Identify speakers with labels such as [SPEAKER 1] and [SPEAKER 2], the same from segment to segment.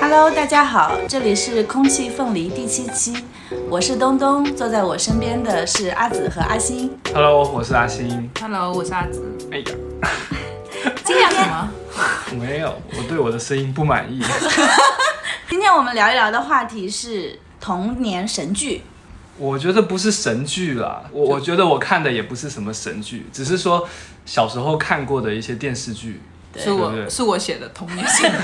[SPEAKER 1] Hello，大家好，这里是空气凤梨第七期，我是东东，坐在我身边的是阿紫和阿星。
[SPEAKER 2] Hello，我是阿星。
[SPEAKER 3] Hello，我是阿紫。
[SPEAKER 2] 哎呀，
[SPEAKER 3] 今天什么？
[SPEAKER 2] 没有，我对我的声音不满意。
[SPEAKER 1] 今天我们聊一聊的话题是童年神剧。
[SPEAKER 2] 我觉得不是神剧啦，我我觉得我看的也不是什么神剧，只是说小时候看过的一些电视剧。
[SPEAKER 3] 是
[SPEAKER 2] 对对
[SPEAKER 3] 我是我写的童年 神剧，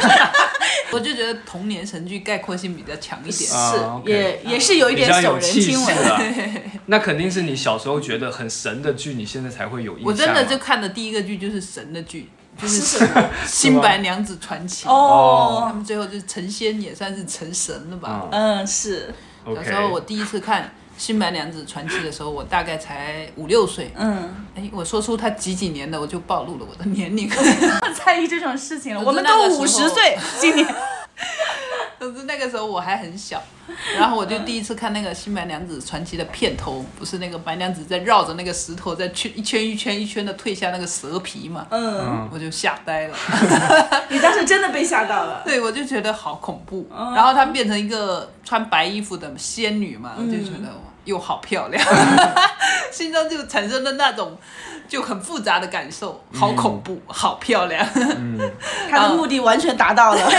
[SPEAKER 3] 我就觉得童年神剧概括性比较强一点。
[SPEAKER 2] 啊 OK
[SPEAKER 1] 也也是有一
[SPEAKER 2] 比
[SPEAKER 1] 点
[SPEAKER 2] 较
[SPEAKER 1] 耸
[SPEAKER 2] 有
[SPEAKER 1] 人
[SPEAKER 2] 气
[SPEAKER 1] 听
[SPEAKER 2] 势
[SPEAKER 1] 闻。
[SPEAKER 2] 了，那肯定是你小时候觉得很神的剧，你现在才会有印象嘛。
[SPEAKER 3] 我真的就看的第一个剧就是神的剧，就是
[SPEAKER 1] 是什么
[SPEAKER 3] 《 新白娘子传奇》。他
[SPEAKER 1] 哦，
[SPEAKER 3] 们最后就是成仙，也算是成神了吧。
[SPEAKER 2] 嗯
[SPEAKER 1] 嗯，是，
[SPEAKER 3] 小
[SPEAKER 2] OK。
[SPEAKER 3] 时候我第一次看《新白娘子传奇》的时候，我大概才五六岁。
[SPEAKER 1] 嗯，
[SPEAKER 3] 哎，我说出他几几年的，我就暴露了我的 年龄。
[SPEAKER 1] 在意这种事情了。我
[SPEAKER 3] 我
[SPEAKER 1] 们
[SPEAKER 3] 们
[SPEAKER 1] 都
[SPEAKER 3] 都
[SPEAKER 1] 五十岁
[SPEAKER 3] 50岁，
[SPEAKER 1] 今年
[SPEAKER 3] 总之那个时候我还很小，然后我就第一次看那个《新白娘子传奇》的片头，不是那个白娘子在绕着那个石头在圈一圈一圈一圈的退下那个蛇皮嘛，
[SPEAKER 1] 嗯，
[SPEAKER 3] 我就吓呆了。
[SPEAKER 1] 你当时真的被吓到了。
[SPEAKER 3] 对，我就觉得好恐怖。然后她变成一个穿白衣服的仙女嘛，我就觉得哇又好漂亮，心中就产生了那种就很复杂的感受，好恐怖，好漂亮。
[SPEAKER 1] 他的目的完全达到了。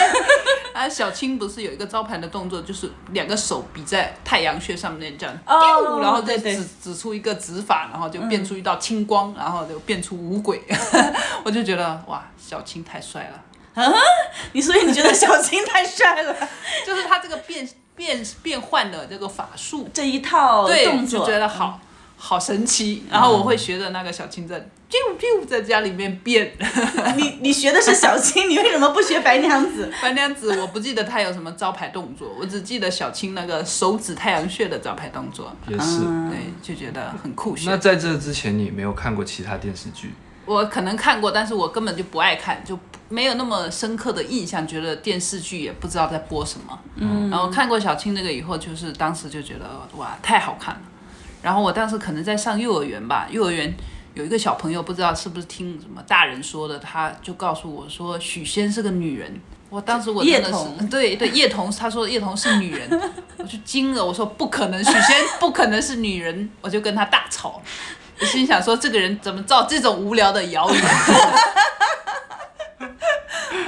[SPEAKER 3] 啊，小青不是有一个招牌的动作，就是两个手比在太阳穴上面这样，
[SPEAKER 1] 哦
[SPEAKER 3] 丢然后再
[SPEAKER 1] 对对嗯
[SPEAKER 3] 指指出一个指法，然后就变出一道青光，然后就变出五鬼。 我就觉得哇，小青太帅了，
[SPEAKER 1] 你所以你觉得小青太帅了，
[SPEAKER 3] 就是他这个变变变换的这个法术，
[SPEAKER 1] 这一套
[SPEAKER 3] 对，
[SPEAKER 1] 动
[SPEAKER 3] 就
[SPEAKER 1] 作嗯
[SPEAKER 3] 觉得好。好神奇，然后我会学着那个小青在啾啾在家里面变
[SPEAKER 1] 你你学的是小青，你为什么不学白娘子？
[SPEAKER 3] 白娘子，我不记得她有什么招牌动作，我只记得小青那个手指太阳穴的招牌动作，
[SPEAKER 2] 也是。
[SPEAKER 3] 对，就觉得很酷炫。
[SPEAKER 2] 那在这之前，你没有看过其他电视剧？
[SPEAKER 3] 我可能看过，但是我根本就不爱看，就没有那么深刻的印象，觉得电视剧也不知道在播什么。嗯，然后看过小青那个以后，就是当时就觉得哇，太好看了。然后我当时可能在上幼儿园吧，幼儿园有一个小朋友，不知道是不是听什么大人说的，他就告诉我说许仙是个女人。我当时我真的
[SPEAKER 1] 叶童
[SPEAKER 3] 是对对叶童，他说叶童是 女人，我就惊了，我说不可能，许仙 不可能是女人，我就跟他大吵。我心想说，这个人怎么造这种无聊的谣言？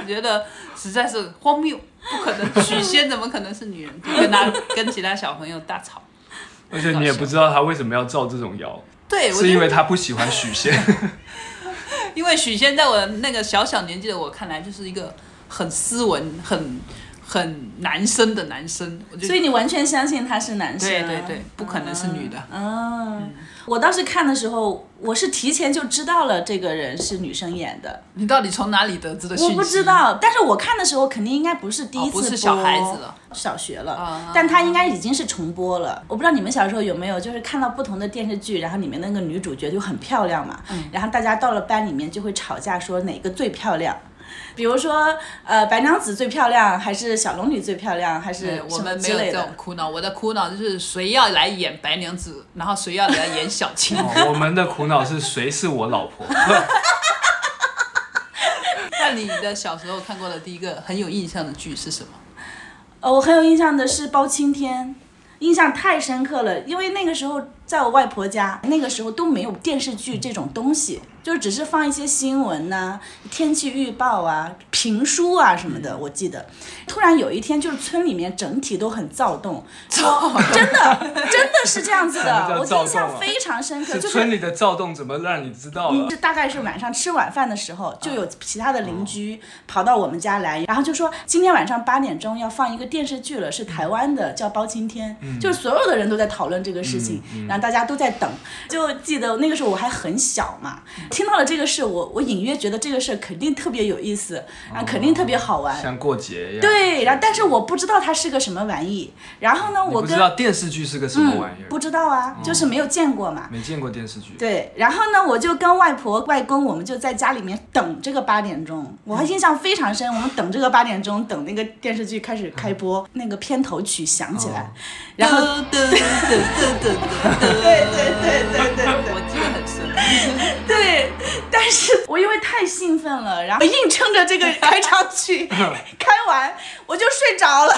[SPEAKER 3] 我觉得实在是荒谬，不可能，许仙怎么可能是女人？就跟他跟其他小朋友大吵。
[SPEAKER 2] 而且你也不知道他为什么要造这种谣，
[SPEAKER 3] 对，我
[SPEAKER 2] 是因
[SPEAKER 3] 就
[SPEAKER 2] 为他不喜欢许仙。。
[SPEAKER 3] 因为许仙在我那个小小年纪的我看来，就是一个很斯文、很很男生的男生。我就
[SPEAKER 1] 所以你完全相信他是男生？
[SPEAKER 3] 对对对，不可能是女的。
[SPEAKER 1] 嗯，我当时看的时候，我是提前就知道了这个人是女生演的，
[SPEAKER 3] 你到底从哪里得知的讯
[SPEAKER 1] 我
[SPEAKER 3] 息？
[SPEAKER 1] 不知道，但是我看的时候肯定应该不是第一次
[SPEAKER 3] 哦
[SPEAKER 1] 播、
[SPEAKER 3] 不是小孩子了，
[SPEAKER 1] 小学了，
[SPEAKER 3] 啊
[SPEAKER 1] 但他应该已经是重播了。我不知道你们小时候有没有，就是看到不同的电视剧，然后里面那个女主角就很漂亮嘛，
[SPEAKER 3] 嗯
[SPEAKER 1] 然后大家到了班里面就会吵架，说哪个最漂亮。比如说，呃，白娘子最漂亮，还是小龙女最漂亮，还是
[SPEAKER 3] 对，我
[SPEAKER 1] 什么
[SPEAKER 3] 们没
[SPEAKER 1] 之
[SPEAKER 3] 有
[SPEAKER 1] 类
[SPEAKER 3] 这种
[SPEAKER 1] 的？
[SPEAKER 3] 苦恼。我的苦恼就是谁要来演白娘子，然后谁要来演小青
[SPEAKER 2] 哦我们的苦恼是谁是我老婆？
[SPEAKER 3] 那你的小时候看过的第一个很有印象的剧是什么？
[SPEAKER 1] 呃，我很有印象的是包青天，印象太深刻了，因为那个时候在我外婆家，那个时候都没有电视剧这种东西，就是只是放一些新闻呐、天气预报啊、评书啊什么的。我记得，突然有一天，就是村里面整体都很躁 动，真的真的是这样子
[SPEAKER 2] 什
[SPEAKER 1] 的，
[SPEAKER 2] 么
[SPEAKER 1] 我
[SPEAKER 2] 叫
[SPEAKER 1] 印
[SPEAKER 2] 躁动
[SPEAKER 1] 象
[SPEAKER 2] 啊
[SPEAKER 1] 非常深刻，
[SPEAKER 2] 是
[SPEAKER 1] 就是
[SPEAKER 2] 村里的躁动怎么让你知道了？
[SPEAKER 1] 是大概是晚上吃晚饭的时候，就有其他的邻
[SPEAKER 2] 嗯
[SPEAKER 1] 居跑到我们家来，然后就说今天晚上八点钟要放一个电视剧了，是
[SPEAKER 2] 嗯
[SPEAKER 1] 台湾的，叫《包青天》，就是所有的人都在讨论这个事情，
[SPEAKER 2] 嗯
[SPEAKER 1] 然后大家都在等。就记得那个时候我还很小嘛，听到了这个事，我我隐约觉得这个事儿肯定特别有意思，啊，肯定特别好玩。
[SPEAKER 2] 哦像过节一样。
[SPEAKER 1] 对，然后但是我不知道它是个什么玩意，然后呢，
[SPEAKER 2] 你
[SPEAKER 1] 我
[SPEAKER 2] 不
[SPEAKER 1] 跟
[SPEAKER 2] 知道电视剧是个什么玩意儿，哦
[SPEAKER 1] 不知道啊，就是没有见过嘛。
[SPEAKER 2] 没见过电视剧。
[SPEAKER 1] 对，然后呢，我就跟外婆、外公，我们就在家里面等这个八点钟，我还印象非常深。我们等这个八点钟，等那个电视剧开始开播，那个片头曲响起来，然后
[SPEAKER 3] 噔噔噔噔噔噔，
[SPEAKER 1] 对对对对对对
[SPEAKER 3] 我记得很深。
[SPEAKER 1] 对，但是我因为太兴奋了，然后硬撑着这个开场 曲开完，我就睡着了。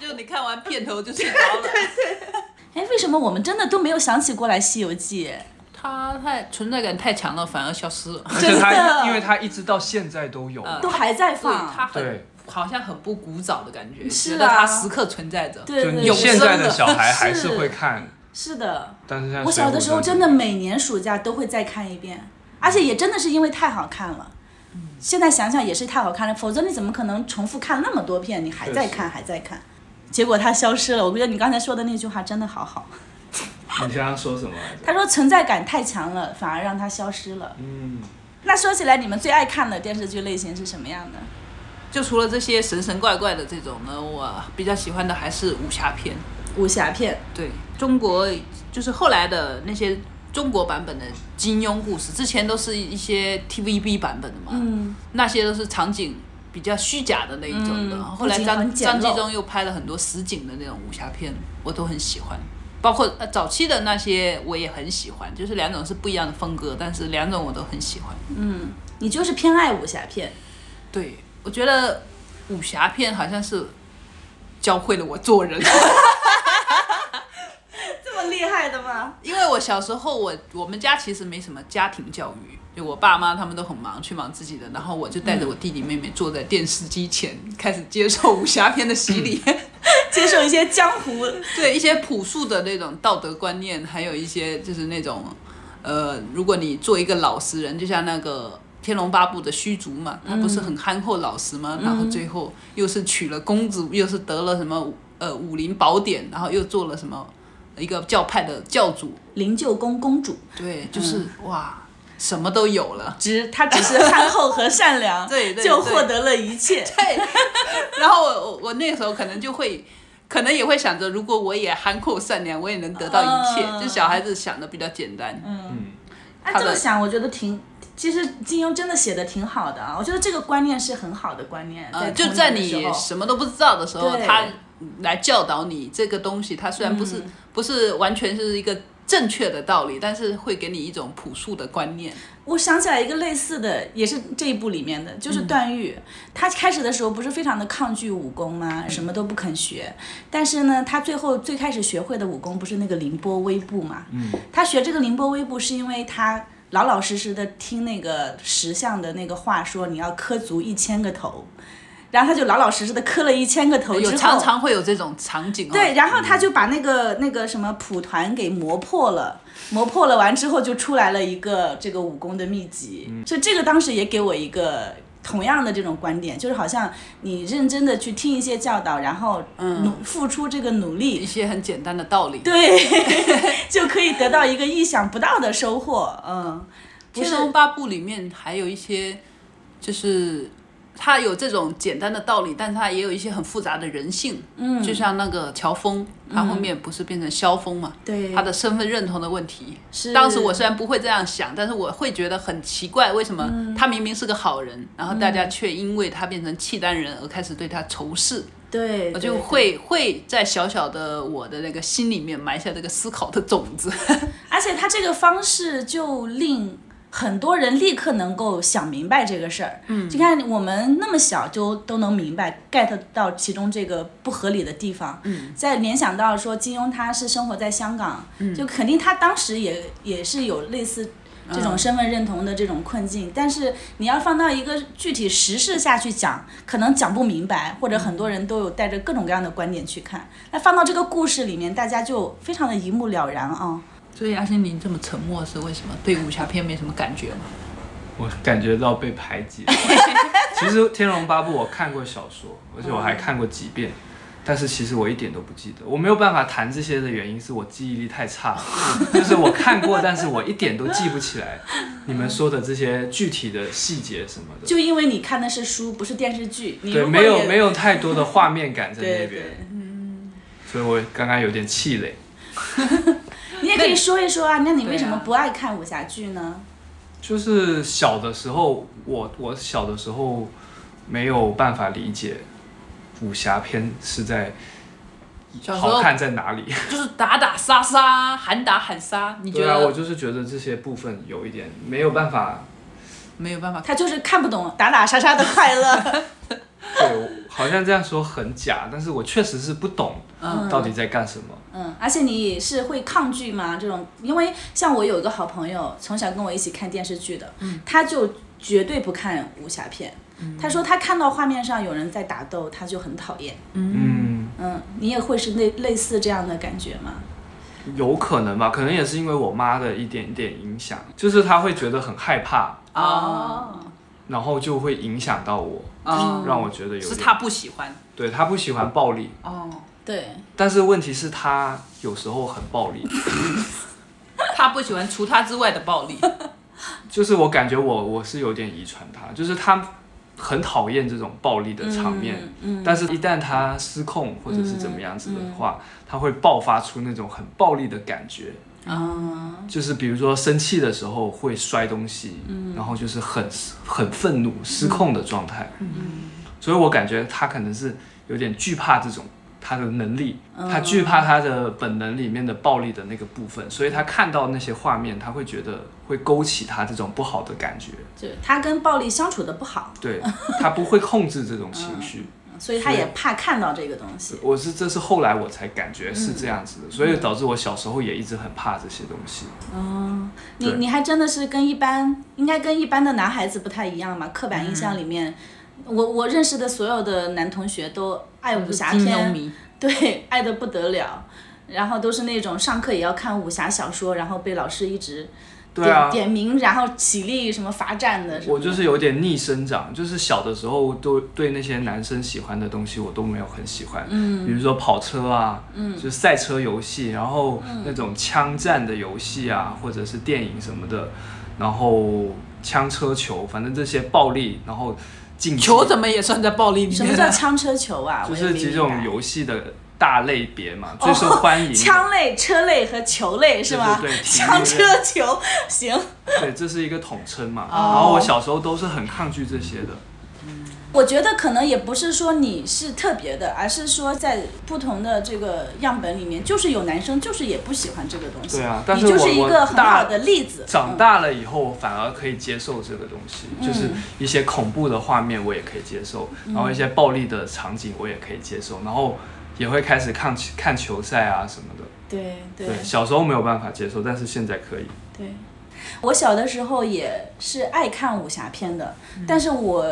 [SPEAKER 3] 就你看完片头就 睡着了。
[SPEAKER 1] 哎，为什么我们真的都没有想起过来《西游记》？
[SPEAKER 3] 它太存在感太强了，反而消失了。
[SPEAKER 2] 而且
[SPEAKER 1] 真
[SPEAKER 2] 他
[SPEAKER 1] 的
[SPEAKER 2] 因为他一直到现在都有，
[SPEAKER 1] 都还在放。
[SPEAKER 3] 它很
[SPEAKER 2] 对
[SPEAKER 3] 好像很不古早的感觉，
[SPEAKER 1] 是啊
[SPEAKER 3] 觉得它时刻存在着。
[SPEAKER 1] 对
[SPEAKER 2] 就
[SPEAKER 1] 对
[SPEAKER 2] 你
[SPEAKER 1] 对，
[SPEAKER 2] 现在的小孩
[SPEAKER 1] 是
[SPEAKER 2] 还是会看，
[SPEAKER 1] 是的，
[SPEAKER 2] 但是像
[SPEAKER 1] 我小的时候真
[SPEAKER 2] 的
[SPEAKER 1] 的每年暑假都会再看一遍，而且也真的是因为太好看了。现在想想也是太好看了，否则你怎么可能重复看那么多遍？你还在看，还在看，结果它消失了。我觉得你刚才说的那句话真的好好。
[SPEAKER 2] 你刚刚说什么来着？
[SPEAKER 1] 他说存在感太强了，反而让它消失了。
[SPEAKER 2] 嗯，
[SPEAKER 1] 那说起来，你们最爱看的电视剧类型是什么样的？
[SPEAKER 3] 就除了这些神神怪怪的这种呢，我比较喜欢的还是武侠片。
[SPEAKER 1] 武侠片，
[SPEAKER 3] 对中国就是后来的那些中国版本的金庸故事，之前都是一些 TVB 版本的嘛，
[SPEAKER 1] 嗯，
[SPEAKER 3] 那些都是场景比较虚假的那一种的。
[SPEAKER 1] 嗯
[SPEAKER 3] 后来
[SPEAKER 1] 布景
[SPEAKER 3] 张
[SPEAKER 1] 很简
[SPEAKER 3] 张
[SPEAKER 1] 陋
[SPEAKER 3] 纪中又拍了很多实景的那种武侠片，我都很喜欢。包括呃早期的那些我也很喜欢，就是两种是不一样的风格，但是两种我都很喜欢。
[SPEAKER 1] 你就是偏爱武侠片。
[SPEAKER 3] 对，我觉得武侠片好像是教会了我做人。
[SPEAKER 1] 这么厉害的吗？
[SPEAKER 3] 因为我小时候我我们家其实没什么家庭教育，就我爸妈他们都很忙，去忙自己的，然后我就带着我弟弟妹妹坐在电视机前，开始接受武侠片的洗礼，
[SPEAKER 1] 接受一些江湖
[SPEAKER 3] 对一些朴素的那种道德观念，还有一些就是那种，呃，如果你做一个老实人，就像那个。《天龙八部》的虚竹嘛，他不是很憨厚老实吗？然后最后又是娶了公主，又是得了什么呃武林宝典，然后又做了什么一个教派的教主，
[SPEAKER 1] 灵鹫宫公主，
[SPEAKER 3] 对，就是、哇，什么都有了。
[SPEAKER 1] 只她只是憨厚和善良，
[SPEAKER 3] 对对
[SPEAKER 1] 就
[SPEAKER 3] 对
[SPEAKER 1] 获得了一切。
[SPEAKER 3] 对， 然后我我我那个时候可能就会，可能也会想着，如果我也憨厚善良，我也能得到一切。
[SPEAKER 1] 嗯
[SPEAKER 3] 就小孩子想的比较简单，
[SPEAKER 1] 哎，
[SPEAKER 3] 好
[SPEAKER 1] 这
[SPEAKER 3] 的
[SPEAKER 1] 么想，我觉得挺。其实金庸真的写的挺好的啊，我觉得这个观念是很好的观念，
[SPEAKER 3] 呃，
[SPEAKER 1] 童
[SPEAKER 3] 就
[SPEAKER 1] 年
[SPEAKER 3] 在
[SPEAKER 1] 的时
[SPEAKER 3] 你
[SPEAKER 1] 候
[SPEAKER 3] 什么都不知道的时候，
[SPEAKER 1] 对
[SPEAKER 3] 他来教导你这个东西。他虽然不是、
[SPEAKER 1] 嗯
[SPEAKER 3] 不是完全是一个正确的道理，但是会给你一种朴素的观念。
[SPEAKER 1] 我想起来一个类似的，也是这一部里面的，就是段誉。他开始的时候不是非常的抗拒武功吗？什么都不肯学。但是呢，他最后最开始学会的武功不是那个凌波微步嘛？嗯。他学这个凌波微步是因为他老老实实的听那个石像的那个话说，你要磕足一千个头。然后他就老老实实的磕了一千个头之
[SPEAKER 3] 有
[SPEAKER 1] 后，
[SPEAKER 3] 常常会有这种场景、哦，
[SPEAKER 1] 对，，然后他就把那个那个什么蒲团给磨破了，磨破了完之后就出来了一个这个武功的秘籍，
[SPEAKER 3] 嗯
[SPEAKER 1] 所以这个当时也给我一个。同样的这种观点，就是好像你认真的去听一些教导，然后
[SPEAKER 3] 嗯
[SPEAKER 1] 努付出这个努
[SPEAKER 3] 一
[SPEAKER 1] 力，
[SPEAKER 3] 些很简单的道理。
[SPEAKER 1] 对， 就可以得到一个意想不到的收获。嗯，
[SPEAKER 3] 《
[SPEAKER 1] 不
[SPEAKER 3] 天
[SPEAKER 1] 是
[SPEAKER 3] 龙八部》里面还有一些，就是它有这种简单的道理，但它也有一些很复杂的人性。嗯，就像那个乔峰，他后面不是变成萧峰嘛？
[SPEAKER 1] 嗯对
[SPEAKER 3] 他的身份认同的问题。
[SPEAKER 1] 是
[SPEAKER 3] 当时我虽然不会这样想，但是我会觉得很奇怪，为什么他明明是个好人，然后大家却因为他变成契丹人而开始对他仇视？
[SPEAKER 1] 对，
[SPEAKER 3] 我
[SPEAKER 1] 对
[SPEAKER 3] 就会会在小小的我的那个心里面埋下这个思考的种子。
[SPEAKER 1] 而且他这个方式就令很多人立刻能够想明白这个事儿。嗯，就看我们那么小就都能明白 get 到其中这个不合理的地方。嗯，再联想到说金庸他是生活在香港，就肯定他当时也也是有类似。这种身份认同的这种困境，但是你要放到一个具体实事下去讲，可能讲不明白，或者很多人都有带着各种各样的观点去看。那放到这个故事里面，大家就非常的一目了然啊、
[SPEAKER 3] 所以阿星，您这么沉默是为什么？对武侠片没什么感觉 吗？
[SPEAKER 2] 我感觉到被 排挤。其实《天龙八部》我看过小说，而且我还看过几遍，但是其实我一点都不记得。我没有办法谈这些的原因是我记忆力太 差了，就是我看过，但是我一点都记不起来你们说的这些具体的细节什么的。
[SPEAKER 1] 就因为你看的是书，不是电视剧，你
[SPEAKER 2] 对，
[SPEAKER 1] 如果
[SPEAKER 2] 没有没
[SPEAKER 1] 有
[SPEAKER 2] 有太多的画面感在那
[SPEAKER 1] 对
[SPEAKER 2] 边，
[SPEAKER 1] 对，
[SPEAKER 2] 所以我刚刚有点气馁。
[SPEAKER 1] 你也可以说一说啊，那你为什么
[SPEAKER 3] 对啊
[SPEAKER 1] 不爱看武侠剧呢？
[SPEAKER 2] 就是小的时候，我我小的时候没有办法理解武侠片是在
[SPEAKER 3] 小时
[SPEAKER 2] 好
[SPEAKER 3] 候
[SPEAKER 2] 看在哪里？
[SPEAKER 3] 就是打打杀杀，喊打喊杀，你觉
[SPEAKER 2] 对啊，我
[SPEAKER 3] 得
[SPEAKER 2] 就是觉得这些部分有一点没有办法，
[SPEAKER 3] 没有办法。
[SPEAKER 1] 他就是看不懂打打杀杀的快乐。
[SPEAKER 2] 对，我好像这样说很假，但是我确实是不懂
[SPEAKER 3] 嗯
[SPEAKER 2] 到底在干什么。
[SPEAKER 1] 嗯，而且你是会抗拒吗？这种，因为像我有一个好朋友，从小跟我一起看电视剧的，
[SPEAKER 2] 嗯
[SPEAKER 1] 他就绝对不看武侠片。他说他看到画面上有人在打斗，他就很讨厌。
[SPEAKER 2] 嗯，
[SPEAKER 1] 嗯，你也会是类类似这样的感觉吗？
[SPEAKER 2] 有可能吧，可能也是因为我妈的一点点影响，就是她会觉得很害怕，
[SPEAKER 3] 哦
[SPEAKER 2] 然后就会影响到我，
[SPEAKER 3] 哦，
[SPEAKER 2] 让我觉得有
[SPEAKER 3] 是
[SPEAKER 2] 点
[SPEAKER 3] 他不喜欢
[SPEAKER 2] 对她不喜欢暴力，
[SPEAKER 3] 哦，
[SPEAKER 1] 对，
[SPEAKER 2] 但是问题是她有时候很暴力，
[SPEAKER 3] 他不喜欢除他之外的暴 力。
[SPEAKER 2] 就是我感觉我我是有点遗传她，就是她很讨厌这种暴力的场面，
[SPEAKER 1] 嗯，嗯
[SPEAKER 2] 但是，一旦他失控或者是怎么样子的话，他会爆发出那种很暴力的感觉，
[SPEAKER 1] 嗯，
[SPEAKER 2] 就是比如说生气的时候会摔东西，然后就是很很愤怒、失控的状态。所以我感觉他可能是有点惧怕这种他的能力，他惧怕他的本能里面的暴力的那个部分，所以他看到那些画面，他会觉得会勾起他这种不好的感觉。
[SPEAKER 1] 就他跟暴力相处的不好，
[SPEAKER 2] 对他不会控制这种情绪。
[SPEAKER 1] 所以他也怕看到这个东西。
[SPEAKER 2] 我是这是后来我才感觉是这样子的，所以导致我小时候也一直很怕这些东西。
[SPEAKER 1] 你
[SPEAKER 2] 对
[SPEAKER 1] 你还真的是跟一般应该跟一般的男孩子不太一样嘛？刻板印象里面，
[SPEAKER 2] 嗯
[SPEAKER 1] 我我认识的所有的男同学都
[SPEAKER 3] 哎
[SPEAKER 1] 爱武侠
[SPEAKER 3] 金庸
[SPEAKER 1] 片，
[SPEAKER 3] 迷，
[SPEAKER 1] 对，爱的不得了。然后都是那种上课也要看武侠小说，然后被老师一直点、
[SPEAKER 2] 对啊，
[SPEAKER 1] 点名，然后起立什么罚站的什么
[SPEAKER 2] 我就是有点逆生长，就是小的时候都对那些男生喜欢的东西我都没有很喜欢，嗯，比如说跑车啊，嗯，就是赛车游戏，然后那种枪战的游戏啊，或者是电影什么的，然后枪车球，反正这些暴力，然后竞技
[SPEAKER 3] 球怎么也算在暴力里
[SPEAKER 1] 什么
[SPEAKER 3] 面
[SPEAKER 1] 叫
[SPEAKER 3] 啊？
[SPEAKER 1] 枪车球啊？
[SPEAKER 2] 就
[SPEAKER 1] 我也
[SPEAKER 2] 是
[SPEAKER 1] 没
[SPEAKER 2] 几
[SPEAKER 1] 明
[SPEAKER 2] 种
[SPEAKER 1] 白
[SPEAKER 2] 游戏的大类别嘛，最受欢迎 的。
[SPEAKER 1] 枪类、车类和球类是吧？
[SPEAKER 2] 对对对体育
[SPEAKER 1] 枪
[SPEAKER 2] 类
[SPEAKER 1] 车球行。
[SPEAKER 2] 对，这是一个统称嘛。然后我小时候都是很抗拒这些的。
[SPEAKER 1] 我觉得可能也不是说你是特别的，而是说在不同的这个样本里面，就是有男生就是也不喜欢这个东西。
[SPEAKER 2] 对啊但是
[SPEAKER 1] 你就
[SPEAKER 2] 我
[SPEAKER 1] 是一
[SPEAKER 2] 我
[SPEAKER 1] 个很
[SPEAKER 2] 大
[SPEAKER 1] 好的例子。
[SPEAKER 2] 长大了以后，反而可以接受这个东西，
[SPEAKER 1] 嗯
[SPEAKER 2] 就是一些恐怖的画面我也可以接受，然后一些暴力的场景我也可以接
[SPEAKER 1] 嗯
[SPEAKER 2] 受，然后也会开始看看球赛啊什么的。
[SPEAKER 1] 嗯、对对
[SPEAKER 2] 对，小时候没有办法接受，但是现在可以。
[SPEAKER 1] 对，我小的时候也是爱看武侠片的，
[SPEAKER 2] 嗯
[SPEAKER 1] 但是我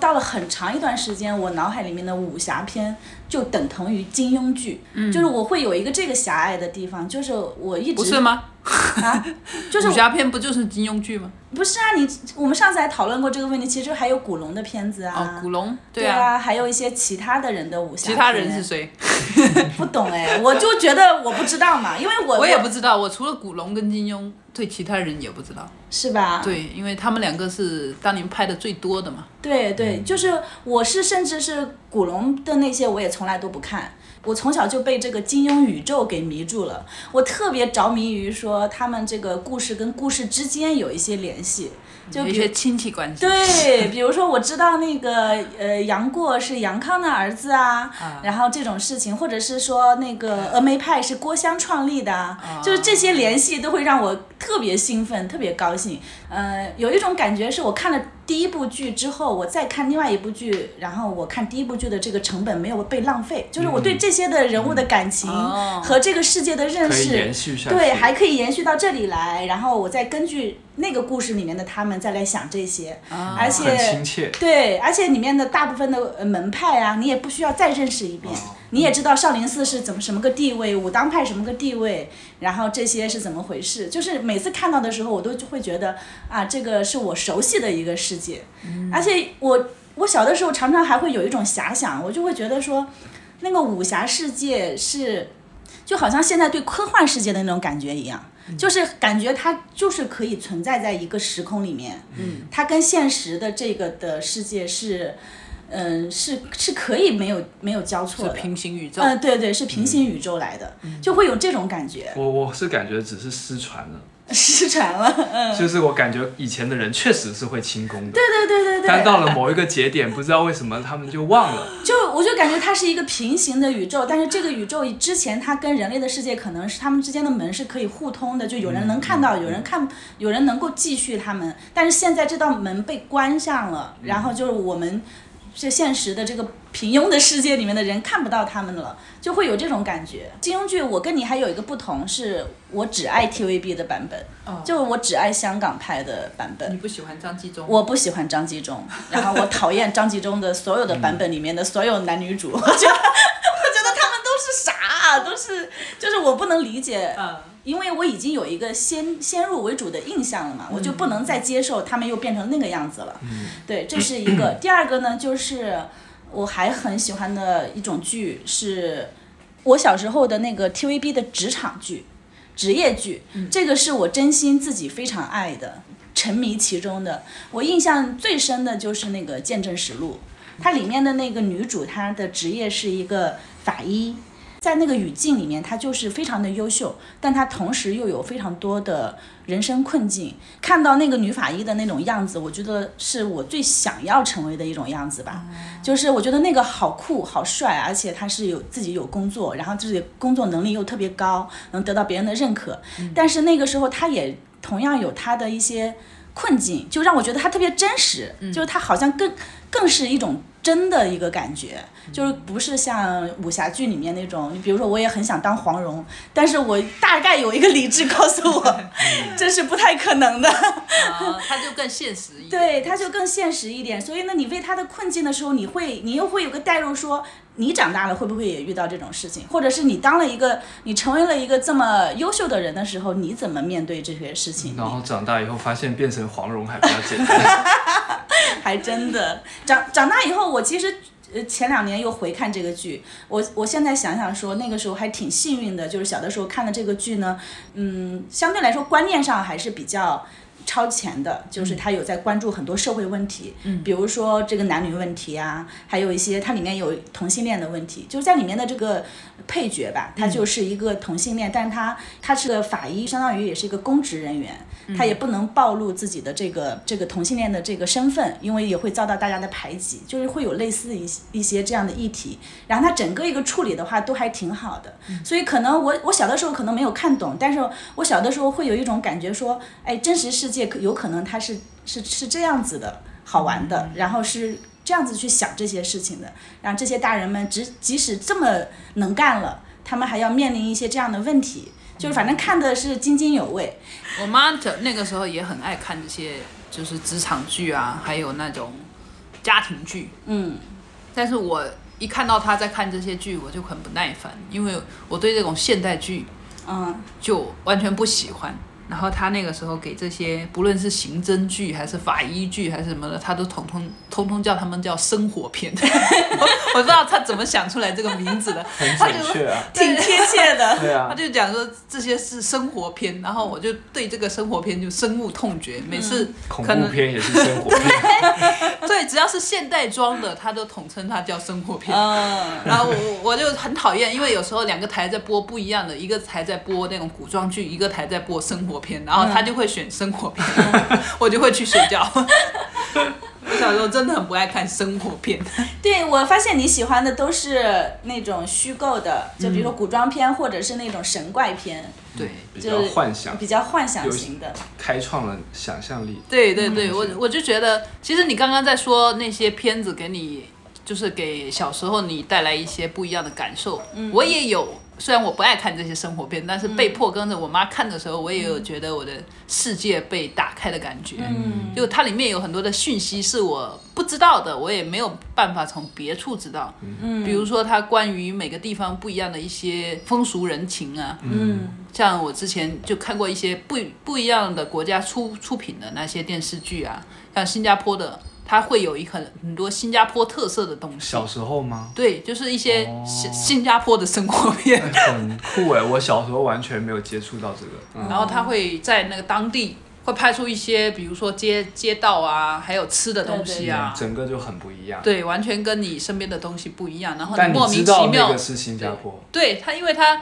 [SPEAKER 1] 到了很长一段时间，我脑海里面的武侠片就等同于金庸剧，
[SPEAKER 2] 嗯
[SPEAKER 1] 就是我会有一个这个狭隘的地方，就是我一直
[SPEAKER 3] 不是吗？
[SPEAKER 1] 啊，就是
[SPEAKER 3] 武侠片不就是金庸剧吗？
[SPEAKER 1] 不是啊，你我们上次还讨论过这个问题，其实还有古龙的片子
[SPEAKER 3] 哦
[SPEAKER 1] 啊，，啊
[SPEAKER 3] 古龙，
[SPEAKER 1] 对
[SPEAKER 3] 啊，
[SPEAKER 1] 还有一些其他的人的武侠
[SPEAKER 3] 其
[SPEAKER 1] 片，
[SPEAKER 3] 他人是谁？
[SPEAKER 1] 不懂哎，我就觉得我不知道嘛，因为我
[SPEAKER 3] 我也不知道，我除了古龙跟金庸，对其他人也不知道。
[SPEAKER 1] 是吧？
[SPEAKER 3] 对，因为他们两个是当年拍的最多的嘛。
[SPEAKER 1] 对对，
[SPEAKER 3] 嗯
[SPEAKER 1] 就是我是甚至是古龙的那些我也从来都不看，我从小就被这个金庸宇宙给迷住了，我特别着迷于说他们这个故事跟故事之间有一些联系，就
[SPEAKER 3] 有一
[SPEAKER 1] 比如
[SPEAKER 3] 些亲戚关系。
[SPEAKER 1] 对，比如说我知道那个呃杨过是杨康的儿子啊，
[SPEAKER 3] 啊嗯
[SPEAKER 1] 然后这种事情，或者是说那个峨眉派是郭襄创立的啊，就是这些联系都会让我特别兴奋，特别高兴。呃，有一种感觉是我看了第一部剧之后，我再看另外一部剧，然后我看第一部剧的这个成本没有被浪费，就是我对这些的人物的感情
[SPEAKER 3] 嗯哦
[SPEAKER 1] 和这个世界的认
[SPEAKER 2] 可以
[SPEAKER 1] 识，
[SPEAKER 2] 延续下去。
[SPEAKER 1] 对，还可以延续到这里来，然后我再根据那个故事里面的他们再来想这些，
[SPEAKER 3] 啊
[SPEAKER 1] 而
[SPEAKER 2] 很
[SPEAKER 1] 且
[SPEAKER 2] 亲切。
[SPEAKER 1] 对，而且里面的大部分的呃门派啊，你也不需要再认识一遍，
[SPEAKER 2] 啊
[SPEAKER 1] 你也知道少林寺是怎么什么个地位，武当派什么个地位，然后这些是怎么回事，就是每次看到的时候，我都就会觉得啊，这个是我熟悉的一个世界，
[SPEAKER 3] 嗯
[SPEAKER 1] 而且我我小的时候常常还会有一种遐想，我就会觉得说，那个武侠世界是。就好像现在对科幻世界的那种感觉一样，
[SPEAKER 3] 嗯
[SPEAKER 1] 就是感觉它就是可以存在在一个时空里面，嗯，它跟现实的这个的世界是，嗯、是是可以没有没有交错
[SPEAKER 3] 是
[SPEAKER 1] 的，
[SPEAKER 3] 平行宇宙。嗯
[SPEAKER 1] 嗯、对对，是平行宇宙来的，就会有这种感觉。
[SPEAKER 2] 我我是感觉只是失传了，
[SPEAKER 1] 失传了。嗯，
[SPEAKER 2] 就是我感觉以前的人确实是会轻功的，
[SPEAKER 1] 对对对对对。
[SPEAKER 2] 但到了某一个节点，不知道为什么他们就忘了。
[SPEAKER 1] 就我就感觉它是一个平行的宇宙，但是这个宇宙之前它跟人类的世界可能是他们之间的门是可以互通的，就有人能看到，有人看，有人能够继续他们。但是现在这道门被关上了，然后就是我们这现实的这个平庸的世界里面的人看不到他们了，就会有这种感觉。金庸剧我跟你还有一个不同，是我只爱 TVB 的版本，
[SPEAKER 3] 哦，
[SPEAKER 1] 就我只爱香港拍的版本
[SPEAKER 3] 你。不喜欢张纪中？
[SPEAKER 1] 嗯我不喜欢张纪 中，然后我讨厌张纪中的所有的版本里面的所有男女主， 我觉得，我觉得他们都是傻啊，都是就是我不能理解，
[SPEAKER 3] 嗯，
[SPEAKER 1] 因为我已经有一个先先入为主的印象了嘛，我就不能再接受他们又变成那个样子了。对，这是一嗯 个。第二个呢，就是我还很喜欢的一种剧是，我小时候的那个 TVB 的职场剧、职业剧，嗯这个是我真心自己非常爱的，沉迷其中的。我印象最深的就是那个《见证实录》，它里面的那个女主，她的职业是一个法医。在那个语境里面，她就是非常的优秀，但她同时又有非常多的人生困境。看到那个女法医的那种样子，我觉得是我最想要成为的一种样子吧。就是我觉得那个好酷、好帅，啊而且他是有自己有工作，然后自己工作能力又特别高，能得到别人的认可。但是那个时候，他也同样有他的一些困境，就让我觉得他特别真实，就是他好像更更是一种真的一个感觉，就是不是像武侠剧里面那种，比如说我也很想当黄蓉，但是我大概有一个理智告诉我， 这是不太可能的。
[SPEAKER 3] 啊他就更现实一点。
[SPEAKER 1] 对，他就更现实一点。所以呢，你为他的困境的时候，你会，你又会有个代入说，你长大了会不会也遇到这种事情，或者是你当了一个，你成为了一个这么优秀的人的时候，你怎么面 对这些事情？
[SPEAKER 2] 然后长大以后发现变成黄蓉还比较简单。
[SPEAKER 1] 还真的长长大以后，我其实呃前两年又回看这个剧，我我现在想想说，那个时候还挺幸运的，就是小的时候看的这个剧呢，嗯，相对来说观念上还是比较。超前的，就是他有在关注很多社会问题，嗯，比如说这个男女问题啊，还有一些它里面有同性恋的问题，就是在里面的这个配角吧，他就是一个同性恋，但是他他是个法医，相当于也是一个公职人员，他也不能暴露自己的这个这个同性恋的这个身份，因为也会遭到大家的排挤，就是会有类似一一些这样的议题。然后他整个一个处理的话都还挺好的，所以可能我我小的时候可能没有看懂，但是我小的时候会有一种感觉说，哎，真实世界可有可能它是是是这样子的，好玩的，然后是。这样子去想这些事情的，然后这些大人们只即使这么能干了，他们还要面临一些这样的问题，就是反正看的是津津有味。
[SPEAKER 3] 我妈就那个时候也很爱看这些，就是职场剧啊，还有那种家庭剧。
[SPEAKER 1] 嗯，
[SPEAKER 3] 但是我一看到她在看这些剧，我就很不耐烦，因为我对这种现代剧
[SPEAKER 1] 嗯，
[SPEAKER 3] 就完全不喜欢。然后她那个时候给这些，不论是刑侦剧还是法医剧还是什么的，她都统统通通叫他们叫生活片。我我不知道她怎么想出来这个名字的，
[SPEAKER 2] 很
[SPEAKER 3] 她就
[SPEAKER 2] 准确啊，
[SPEAKER 1] 挺贴切的。
[SPEAKER 2] 对
[SPEAKER 3] 他
[SPEAKER 2] 啊，
[SPEAKER 3] 就讲说这些是生活片，然后我就对这个生活片就深恶痛绝。每次
[SPEAKER 2] 恐
[SPEAKER 3] 可
[SPEAKER 2] 怖
[SPEAKER 3] 能
[SPEAKER 2] 片也是生活片，
[SPEAKER 3] 对只要是现代装的，他都统称它叫生活 片。
[SPEAKER 1] 嗯，
[SPEAKER 3] 然后我我就很讨厌，因为有时候两个台在播不一样的，一个台在播那种古装剧，一个台在播生活片，然后他就会选生活片，我就会去睡觉。 我小时候真的很不爱看生活片，
[SPEAKER 1] 对，我发现你喜欢的都是那种虚构的，就比如说古装片或者是那种神怪片，
[SPEAKER 3] 对。
[SPEAKER 2] 比较
[SPEAKER 1] 就是
[SPEAKER 2] 幻想
[SPEAKER 1] 比，较幻想型的。
[SPEAKER 2] 开创了想象力。
[SPEAKER 3] 对对对，
[SPEAKER 2] 嗯
[SPEAKER 3] 我我就觉得，其实你刚刚在说那些片子给你，就是给小时候你带来一些不一样的感受。我也有，虽然我不爱看这些生活片，但是被迫跟着我妈看的时候，我也有觉得我的世界被打开的感觉。
[SPEAKER 1] 嗯
[SPEAKER 3] 就它里面有很多的讯息是我不知道的，我也没有办法从别处知道。嗯，比如说它关于每个地方不一样的一些风俗人情啊，
[SPEAKER 1] 嗯
[SPEAKER 3] 像我之前就看过一些不不一样的国家出出品的那些电视剧啊，像新加坡的，它会有一很很多新加坡特色的东西。
[SPEAKER 2] 小时候 吗？
[SPEAKER 3] 对，就是一些
[SPEAKER 2] 哦
[SPEAKER 3] 新新加坡的生活片，
[SPEAKER 2] 很酷哎，我小时候完全没有接触到这个。嗯
[SPEAKER 3] 然后它会在那个当地会拍出一些，比如说街街道啊，还有吃的东西啊，
[SPEAKER 2] 整个就很不一样。
[SPEAKER 3] 对，完全跟你身边的东西不一样。然后
[SPEAKER 2] 但你
[SPEAKER 3] 莫
[SPEAKER 2] 知
[SPEAKER 3] 名
[SPEAKER 2] 道
[SPEAKER 3] 其
[SPEAKER 2] 那
[SPEAKER 3] 妙
[SPEAKER 2] 个，是新加坡，
[SPEAKER 3] 对它，因为它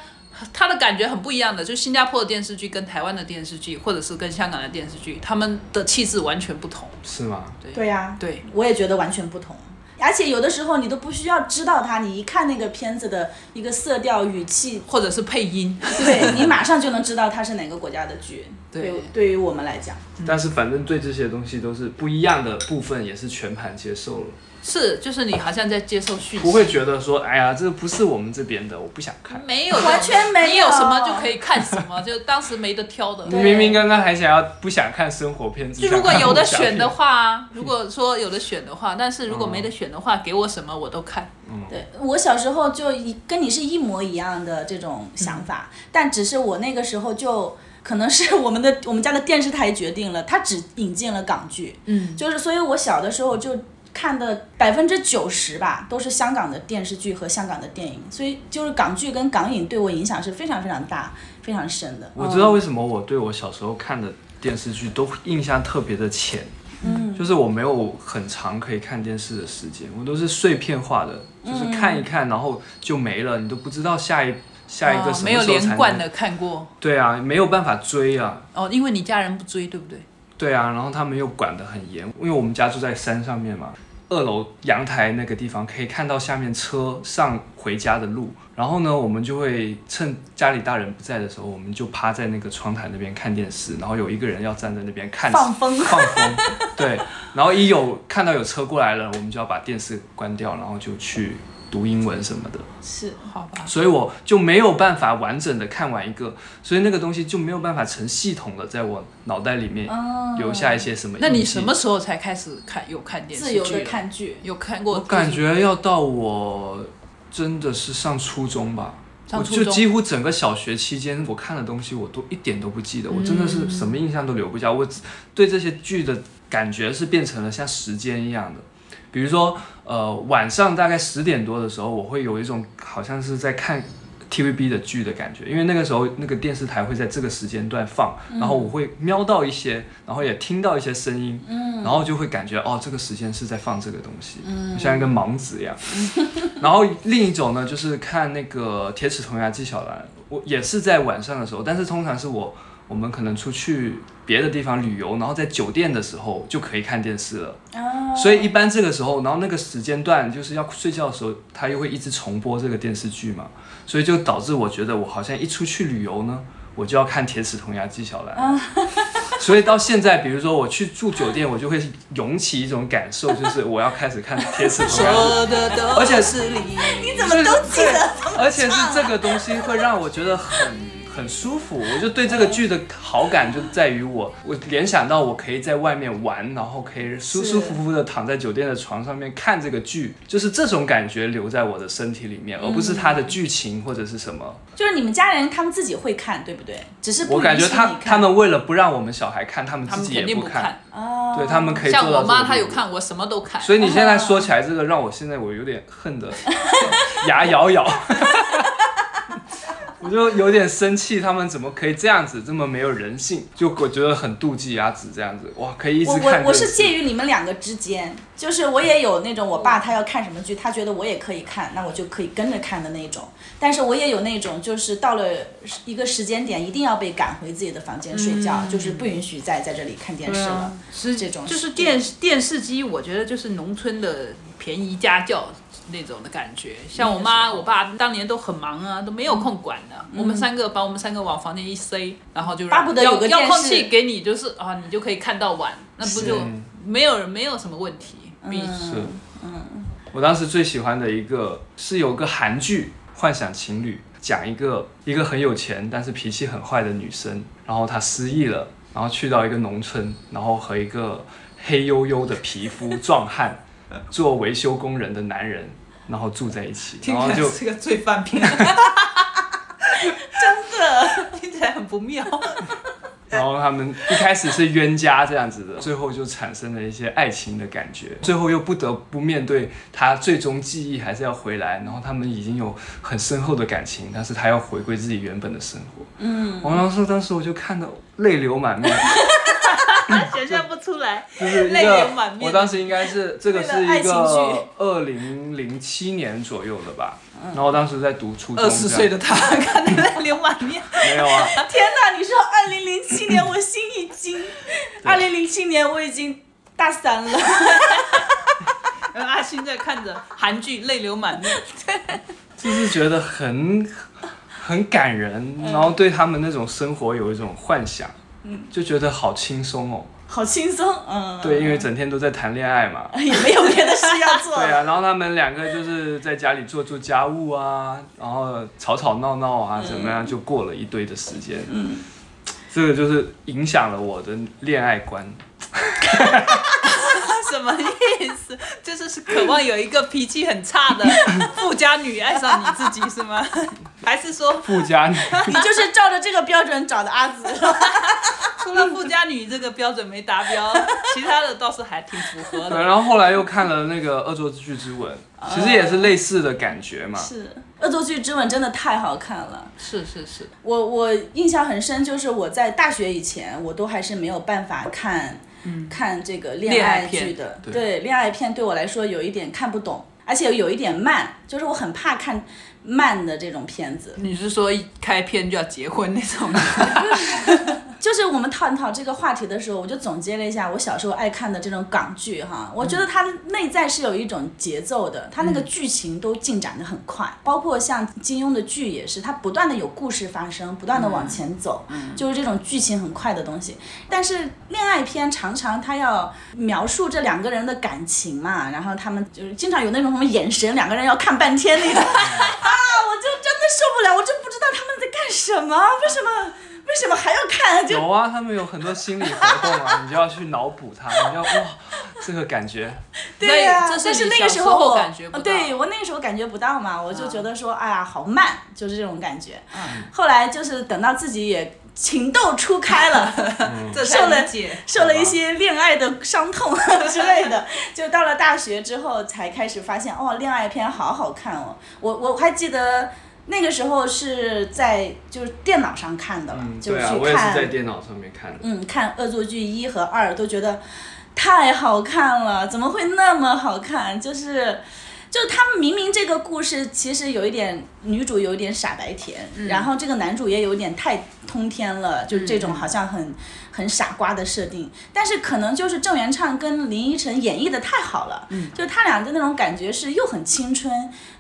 [SPEAKER 3] 它的感觉很不一样的，就新加坡的电视剧跟台湾的电视剧，或者是跟香港的电视剧，他们的气质完全不同。
[SPEAKER 2] 是吗？
[SPEAKER 1] 对呀、
[SPEAKER 3] 对，
[SPEAKER 1] 我也觉得完全不同。而且有的时候你都不需要知道它，你一看那个片子的一个色调、语 气，
[SPEAKER 3] 或者是配音，
[SPEAKER 1] 对你马上就能知道它是哪个国家的剧。
[SPEAKER 3] 对
[SPEAKER 1] 对，对于我们来讲，
[SPEAKER 2] 但是反正对这些东西都是不一样的部分，也是全盘接受了，
[SPEAKER 3] 是就是你好像在接受讯息，
[SPEAKER 2] 不会觉得说，哎呀，这不是我们这边的，我不想看。
[SPEAKER 3] 没有的
[SPEAKER 1] 完全没有
[SPEAKER 3] 你有什么就可以看什么，就当时没得挑的。
[SPEAKER 2] 你明明刚刚还想要不想看生活片，只
[SPEAKER 3] 就
[SPEAKER 2] 想看
[SPEAKER 3] 如果有的选的
[SPEAKER 2] 武侠
[SPEAKER 3] 话啊，如果说有的选的话，但是如果没得选的话，给我什么我都看。
[SPEAKER 1] 对我小时候就一跟你是一模一样的这种想法，但只是我那个时候就可能是我们的我们家的电视台决定了，它只引进了港剧，
[SPEAKER 3] 嗯，
[SPEAKER 1] 就是所以我小的时候就看的百分之九十吧都是香港的电视剧和香港的电影，所以就是港剧跟港影对我影响是非常非常大、非常深的。嗯
[SPEAKER 2] 我知
[SPEAKER 3] 嗯
[SPEAKER 2] 道为什么我对我小时候看的电视剧都印象特别的浅，嗯，就是我没有很长可以看电视的时间，我都是碎片化的，就是看一看，然后就没了，你都不知道下一下一个
[SPEAKER 3] 哦
[SPEAKER 2] 什么
[SPEAKER 3] 没
[SPEAKER 2] 时
[SPEAKER 3] 有
[SPEAKER 2] 候才
[SPEAKER 3] 连贯
[SPEAKER 2] 能。
[SPEAKER 3] 的看过
[SPEAKER 2] 对啊，没有办法追啊，
[SPEAKER 3] 哦，因为你家人不追，对不对？
[SPEAKER 2] 对啊，然后他们又管得很严，因为我们家住在山上面嘛，二楼阳台那个地方可以看到下面车上回家的路。然后呢，我们就会趁家里大人不在的时候，我们就趴在那个窗台那边看电视，然后有一个人要站在那边看
[SPEAKER 1] 放风
[SPEAKER 2] 放风，对。然后一有看到有车过来了，我们就要把电视关掉，然后就去读英文什么的。
[SPEAKER 1] 是
[SPEAKER 3] 好吧，
[SPEAKER 2] 所以我就没有办法完整的看完一个，所以那个东西就没有办法成系统的在我脑袋里面
[SPEAKER 1] 哦
[SPEAKER 2] 留下一些什么印记。
[SPEAKER 3] 嗯那你什么时候才开始看有看电视
[SPEAKER 1] 自
[SPEAKER 3] 剧？
[SPEAKER 1] 由的，看剧，
[SPEAKER 3] 有看
[SPEAKER 2] 我
[SPEAKER 3] 过？
[SPEAKER 2] 感觉要到我真的是上初中吧，
[SPEAKER 3] 上
[SPEAKER 2] 我
[SPEAKER 3] 初
[SPEAKER 2] 就
[SPEAKER 3] 中
[SPEAKER 2] 几乎整个小学期间我看的东西我都一点都不记得，我真的是
[SPEAKER 3] 嗯
[SPEAKER 2] 什么印象都留不下。我只对这些剧的感觉是变成了像时间一样的。比如说，呃，晚上大概十点多的时候，我会有一种好像是在看 TVB 的剧的感觉，因为那个时候那个电视台会在这个时间段放，
[SPEAKER 3] 嗯
[SPEAKER 2] 然后我会瞄到一些，然后也听到一些声音，
[SPEAKER 3] 嗯
[SPEAKER 2] 然后就会感觉哦，这个时间是在放这个东西，像一个盲子一样。然后另一种呢，就是看那个《铁齿铜牙纪晓岚》，我也是在晚上的时候，但是通常是我我们可能出去别的地方旅游，然后在酒店的时候就可以看电视了。
[SPEAKER 1] 哦
[SPEAKER 2] 所以一般这个时候，然后那个时间段就是要睡觉的时候，它又会一直重播这个电视剧嘛，所以就导致我觉得我好像一出去旅游呢，我就要看《铁齿铜牙纪晓岚》所以到现在，比如说我去住酒店，我就会涌起一种感受，就是我要开始看《铁齿铜牙纪晓岚》。
[SPEAKER 3] 说的
[SPEAKER 2] 而且
[SPEAKER 3] 都是你，
[SPEAKER 1] 你怎么啊都记得？
[SPEAKER 2] 而且是这个东西会让我觉得很很舒服，我就对这个剧的好感就在于我，我联想到我可以在外面玩，然后可以舒舒服服的躺在酒店的床上面看这个剧，就是这种感觉留在我的身体里面，而不是它的剧情或者是什么。
[SPEAKER 1] 就是你们家人他们自己会看，对不对？只是不
[SPEAKER 2] 我感觉
[SPEAKER 1] 允许
[SPEAKER 2] 他
[SPEAKER 1] 你看
[SPEAKER 2] 他们为了不让我们小孩看，他们
[SPEAKER 3] 他
[SPEAKER 2] 自
[SPEAKER 3] 们
[SPEAKER 2] 己
[SPEAKER 3] 肯
[SPEAKER 2] 也
[SPEAKER 3] 定
[SPEAKER 2] 不看，
[SPEAKER 3] 看。
[SPEAKER 1] 哦，
[SPEAKER 2] 对他们可以做
[SPEAKER 3] 像
[SPEAKER 2] 到
[SPEAKER 3] 我妈
[SPEAKER 2] 这个
[SPEAKER 3] 她有
[SPEAKER 2] 地步。
[SPEAKER 3] 看，我什么都看。
[SPEAKER 2] 所以你现在说起来这个，让我现在我有点恨 的牙咬 咬，我就有点生气，他们怎么可以这样子，这么没有人性？就我觉得很妒忌牙齿这样子，哇，可以一直
[SPEAKER 1] 我
[SPEAKER 2] 看
[SPEAKER 1] 我我
[SPEAKER 2] 电视
[SPEAKER 1] 是介于你们两个之间，就是我也有那种我爸他要看什么剧，他觉得我也可以看，那我就可以跟着看的那种。但是我也有那种，就是到了一个时间点，一定要被赶回自己的房间睡觉，就是不允许再在这里看电视了。
[SPEAKER 3] 是
[SPEAKER 1] 这种
[SPEAKER 3] 就是
[SPEAKER 1] 是
[SPEAKER 3] 电视电视机，我觉得就是农村的便宜家教那种的感觉。像我妈、我爸当年都很忙啊，都没有空管的。我们三个把我们三个往房间一塞，然后就让
[SPEAKER 1] 巴不得
[SPEAKER 3] 遥
[SPEAKER 1] 有个
[SPEAKER 3] 遥控
[SPEAKER 1] 电视
[SPEAKER 3] 器给你，就是啊，你就可以看到晚，那不就没有没有什么问题。比
[SPEAKER 2] 是，嗯，我当时最喜欢的一个是有个韩剧《幻想情侣》，讲一个一个很有钱但是脾气很坏的女生，然后她失忆了，然后去到一个农村，然后和一个黑黝黝的皮肤壮汉做维修工人的男人，然后住在一起，然后就
[SPEAKER 3] 个罪犯 片，真的听起来很不妙。
[SPEAKER 2] 然后他们一开始是冤家这样子的，最后就产生了一些爱情的感觉，最后又不得不面对他最终记忆还是要回来，然后他们已经有很深厚的感情，但是他要回 归自己原本的生活。嗯，王老师当时我就看到泪流满面，
[SPEAKER 3] 想象不出来，
[SPEAKER 2] 就是一
[SPEAKER 3] 泪
[SPEAKER 2] 个
[SPEAKER 3] 流满，面
[SPEAKER 2] 我当时应该是这个是
[SPEAKER 1] 为了爱
[SPEAKER 2] 一
[SPEAKER 1] 情
[SPEAKER 2] 个
[SPEAKER 1] 剧
[SPEAKER 2] 二零零七年左右的吧，然后我当时在读初中，
[SPEAKER 3] 二十岁的他看得泪流满面，
[SPEAKER 2] 这样没有啊，
[SPEAKER 1] 天哪！你说二零零七年，我心一惊。二零零七年我已经大三了，
[SPEAKER 3] 然后阿星在看着韩剧泪流满面，
[SPEAKER 2] 就是觉得很很感人，然后对他们那种生活有一种幻想，就觉得好轻松哦。
[SPEAKER 1] 好轻松，嗯，
[SPEAKER 2] 对，因为整天都在谈恋爱嘛。
[SPEAKER 1] 也没有别的事要做
[SPEAKER 2] 对
[SPEAKER 1] 了。
[SPEAKER 2] 啊，然后他们两个就是在家里做做家务啊，然后吵吵闹闹啊，怎么样就过了一堆的时间。嗯，这个就是影响了我的恋爱观。
[SPEAKER 3] 什么意思？就是是渴望有一个脾气很差的富家女爱上你自己是吗？还是说
[SPEAKER 2] 附加女
[SPEAKER 1] 你就是照着这个标准找的阿紫，
[SPEAKER 3] 除了富家女这个标准没达标，其他的倒是还挺符合
[SPEAKER 2] 对，
[SPEAKER 3] 的？
[SPEAKER 2] 然后后来又看了那个《恶作剧之吻》，其实也是类似的感觉嘛。
[SPEAKER 1] 是《恶作剧之吻》真的太好看了。
[SPEAKER 3] 是是是，
[SPEAKER 1] 我我印象很深，就是我在大学以前，我都还是没有办法看，看这个恋
[SPEAKER 3] 恋爱
[SPEAKER 1] 爱剧
[SPEAKER 3] 片
[SPEAKER 1] 的。
[SPEAKER 2] 对
[SPEAKER 1] 恋爱片对我来说有一点看不懂，而且有一点慢，就是我很怕看慢的这种片子。
[SPEAKER 3] 你是说一开篇就要结婚那种？
[SPEAKER 1] 就是我们探讨这个话题的时候，我就总结了一下我小时候爱看的这种港剧哈，我觉得它内在是有一种节奏的，它那个剧情都进展的很快，包括像金庸的剧也是，它不断的有故事发生，不断的往前走，就是这种剧情很快的东西。但是恋爱片常常它要描述这两个人的感情嘛，然后他们就是经常有那种什么眼神，两个人要看半天那种，啊，我就真的受不了，我就不知道他们在干什么，为什么为什么还要看？就
[SPEAKER 2] 有啊，他们有很多心理活动啊，你就要去脑补它，你要哇，这个感觉。
[SPEAKER 1] 对呀、
[SPEAKER 3] 这是
[SPEAKER 1] 但是
[SPEAKER 3] 你
[SPEAKER 1] 那个
[SPEAKER 3] 小
[SPEAKER 1] 时
[SPEAKER 3] 时候
[SPEAKER 1] 我呃
[SPEAKER 3] 感觉不到
[SPEAKER 1] 对我那个时候感觉不到嘛，我就觉得说，哎呀，好慢，就是这种感觉。后来就是等到自己也情窦初开了，
[SPEAKER 3] 这
[SPEAKER 1] 受了
[SPEAKER 3] 才理解。
[SPEAKER 1] 受了一些恋爱的伤痛 之类的，就到了大学之后才开始发现，哦，恋爱片好好看哦。我我还记得那个时候是在就是电脑上看的了，
[SPEAKER 2] 嗯，
[SPEAKER 1] 就
[SPEAKER 2] 对
[SPEAKER 1] 去
[SPEAKER 2] 啊，
[SPEAKER 1] 看。
[SPEAKER 2] 我也是在电脑上面看的。
[SPEAKER 1] 嗯，看《恶作剧一》和二都觉得太好看了，怎么会那么好看？就是，就他们明明这个故事其实有一点女主有一点傻白甜，然后这个男主也有点太通天了，就这种好像很、很傻瓜的设定，但是可能就是郑元畅跟林依晨演绎的太好了，就他俩的那种感觉是又很青春，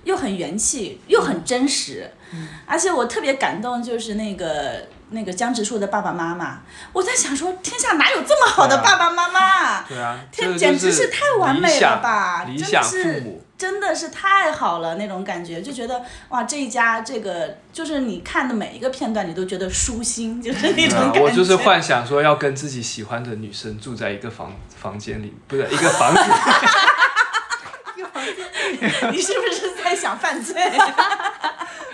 [SPEAKER 1] 又很元气，又很真实。
[SPEAKER 2] 嗯
[SPEAKER 1] 而且我特别感动，就是那个那个江直树的爸爸妈妈，我在想说，天下哪有这么好的
[SPEAKER 2] 对啊
[SPEAKER 1] 爸爸妈妈啊？
[SPEAKER 2] 对啊，
[SPEAKER 1] 这
[SPEAKER 2] 个就
[SPEAKER 1] 简直
[SPEAKER 2] 是
[SPEAKER 1] 是太完美了吧
[SPEAKER 2] 理
[SPEAKER 1] 真
[SPEAKER 2] 想理想
[SPEAKER 1] 的是
[SPEAKER 2] 父母，
[SPEAKER 1] 真的是太好了，那种感觉就觉得哇，这一家这个就是你看的每一个片段，你都觉得舒心，就是那
[SPEAKER 2] 对
[SPEAKER 1] 种
[SPEAKER 2] 啊
[SPEAKER 1] 感觉。
[SPEAKER 2] 我就是幻想说要跟自己喜欢的女生住在一个房房间里，不是一个 房子。
[SPEAKER 1] 你是不是在想犯 罪？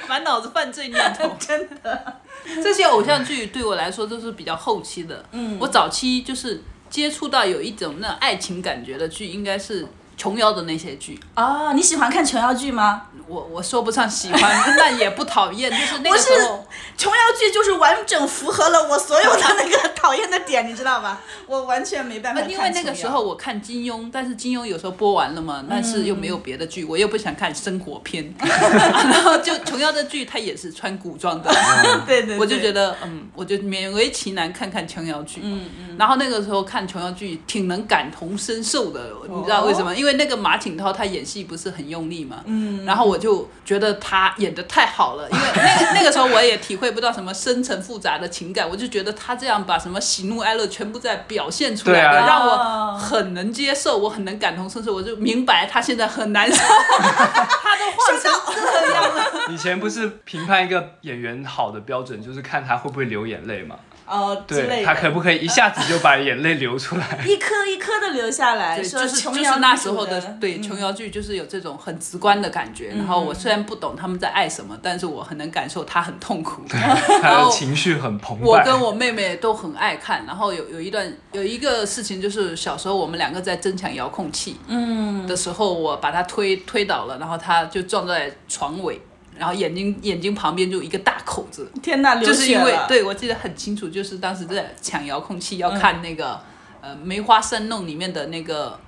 [SPEAKER 3] 满脑子犯罪念头。
[SPEAKER 1] 真的，
[SPEAKER 3] 这些偶像剧对我来说都是比较后期的。嗯，我早期就是接触到有一种那种爱情感觉的剧，应该是琼瑶的那些剧。
[SPEAKER 1] 哦，你喜欢看琼瑶剧吗？
[SPEAKER 3] 我我说不上喜欢， 但也不讨厌，就是那
[SPEAKER 1] 我
[SPEAKER 3] 个
[SPEAKER 1] 是
[SPEAKER 3] 时候。
[SPEAKER 1] 琼瑶剧就是完整符合了我所有的那个讨厌的点，你知道 吧？我完全没办法看
[SPEAKER 3] 呃因为那个时候我看金庸，但是金庸有时候播完了嘛，但是又没有别的剧，我又不想看生活片， 然后就琼瑶的剧，他也是穿古装的，
[SPEAKER 1] 琼瑶， 对对对，
[SPEAKER 3] 我就觉得，嗯，我就勉为其难看看琼瑶剧，嗯嗯，然后那个时候看琼瑶剧挺能感同身受的，你知道为什么？因为那个马景涛他演戏不是很用力嘛，嗯，然后我就觉得他演的太好了，因为那个那个时候我也体会不到什么深层复杂的情感，我就觉得他这样把什么喜怒哀乐全部在表现出来
[SPEAKER 2] 对啊
[SPEAKER 3] 的，让
[SPEAKER 1] 哦
[SPEAKER 3] 我很能接受，我很能感同身受，我就明白他现在很难受，他都换成 这样了。
[SPEAKER 2] 以前不是评判一个演员好的标准，就是看他会不会流眼泪嘛？
[SPEAKER 1] 哦之类
[SPEAKER 2] 对，
[SPEAKER 1] 的，
[SPEAKER 2] 他可不可以一下子就把眼泪流 出来？
[SPEAKER 1] 一颗一颗的留下来，
[SPEAKER 3] 对，
[SPEAKER 1] 说
[SPEAKER 3] 就是就
[SPEAKER 1] 琼
[SPEAKER 3] 是
[SPEAKER 1] 瑶
[SPEAKER 3] 那
[SPEAKER 1] 女
[SPEAKER 3] 时
[SPEAKER 1] 主
[SPEAKER 3] 候
[SPEAKER 1] 的嗯
[SPEAKER 3] 的对琼瑶剧，就是有这种很直观的感觉。然后我虽然不懂他们在爱什么，但是我很能感受他很痛苦。
[SPEAKER 2] 他的情绪很澎
[SPEAKER 3] 我
[SPEAKER 2] 湃。
[SPEAKER 3] 跟我妹妹都很爱看，然后有有一段有一个事情，就是小时候我们两个在争抢遥控器，嗯，的时候我把她推推倒了，然后她就撞在床尾，然后眼睛眼睛旁边就一个大口子，
[SPEAKER 1] 天呐，流
[SPEAKER 3] 就是因
[SPEAKER 1] 血
[SPEAKER 3] 为
[SPEAKER 1] 了。嗯
[SPEAKER 3] 对我记得很清楚，就是当时在抢遥控器要看那个呃梅花三弄里面的那个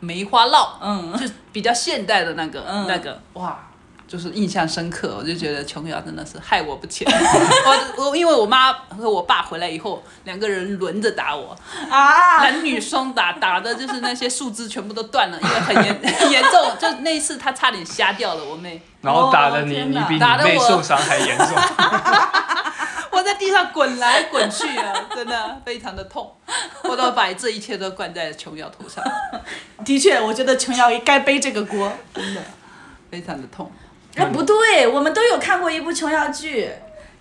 [SPEAKER 3] 梅花烙，
[SPEAKER 1] 嗯，
[SPEAKER 3] 就是比较现代的那个、
[SPEAKER 1] 嗯
[SPEAKER 3] 那个哇。就是印象深刻，我就觉得琼瑶真的是害我 不浅。我我因为我妈和我爸回来以后，两个人轮着打我，
[SPEAKER 1] 啊，
[SPEAKER 3] 男女双打， 打的就是那些树枝全部都断了，因为很严很严 重。就那一次她差点瞎掉了，我妹，
[SPEAKER 2] 然后打的你，
[SPEAKER 1] 哦天
[SPEAKER 2] 你
[SPEAKER 1] 哪
[SPEAKER 2] 比你
[SPEAKER 3] 打得
[SPEAKER 2] 被
[SPEAKER 3] 我
[SPEAKER 2] 受伤还严重。，
[SPEAKER 3] 我在地上滚来滚去啊，真的非常的 痛。我都把这一切都灌在琼瑶头上，
[SPEAKER 1] 的确，我觉得琼瑶该背这个锅。
[SPEAKER 3] 真的非常的痛。
[SPEAKER 1] 哎，不对，我们都有看过一部琼瑶剧，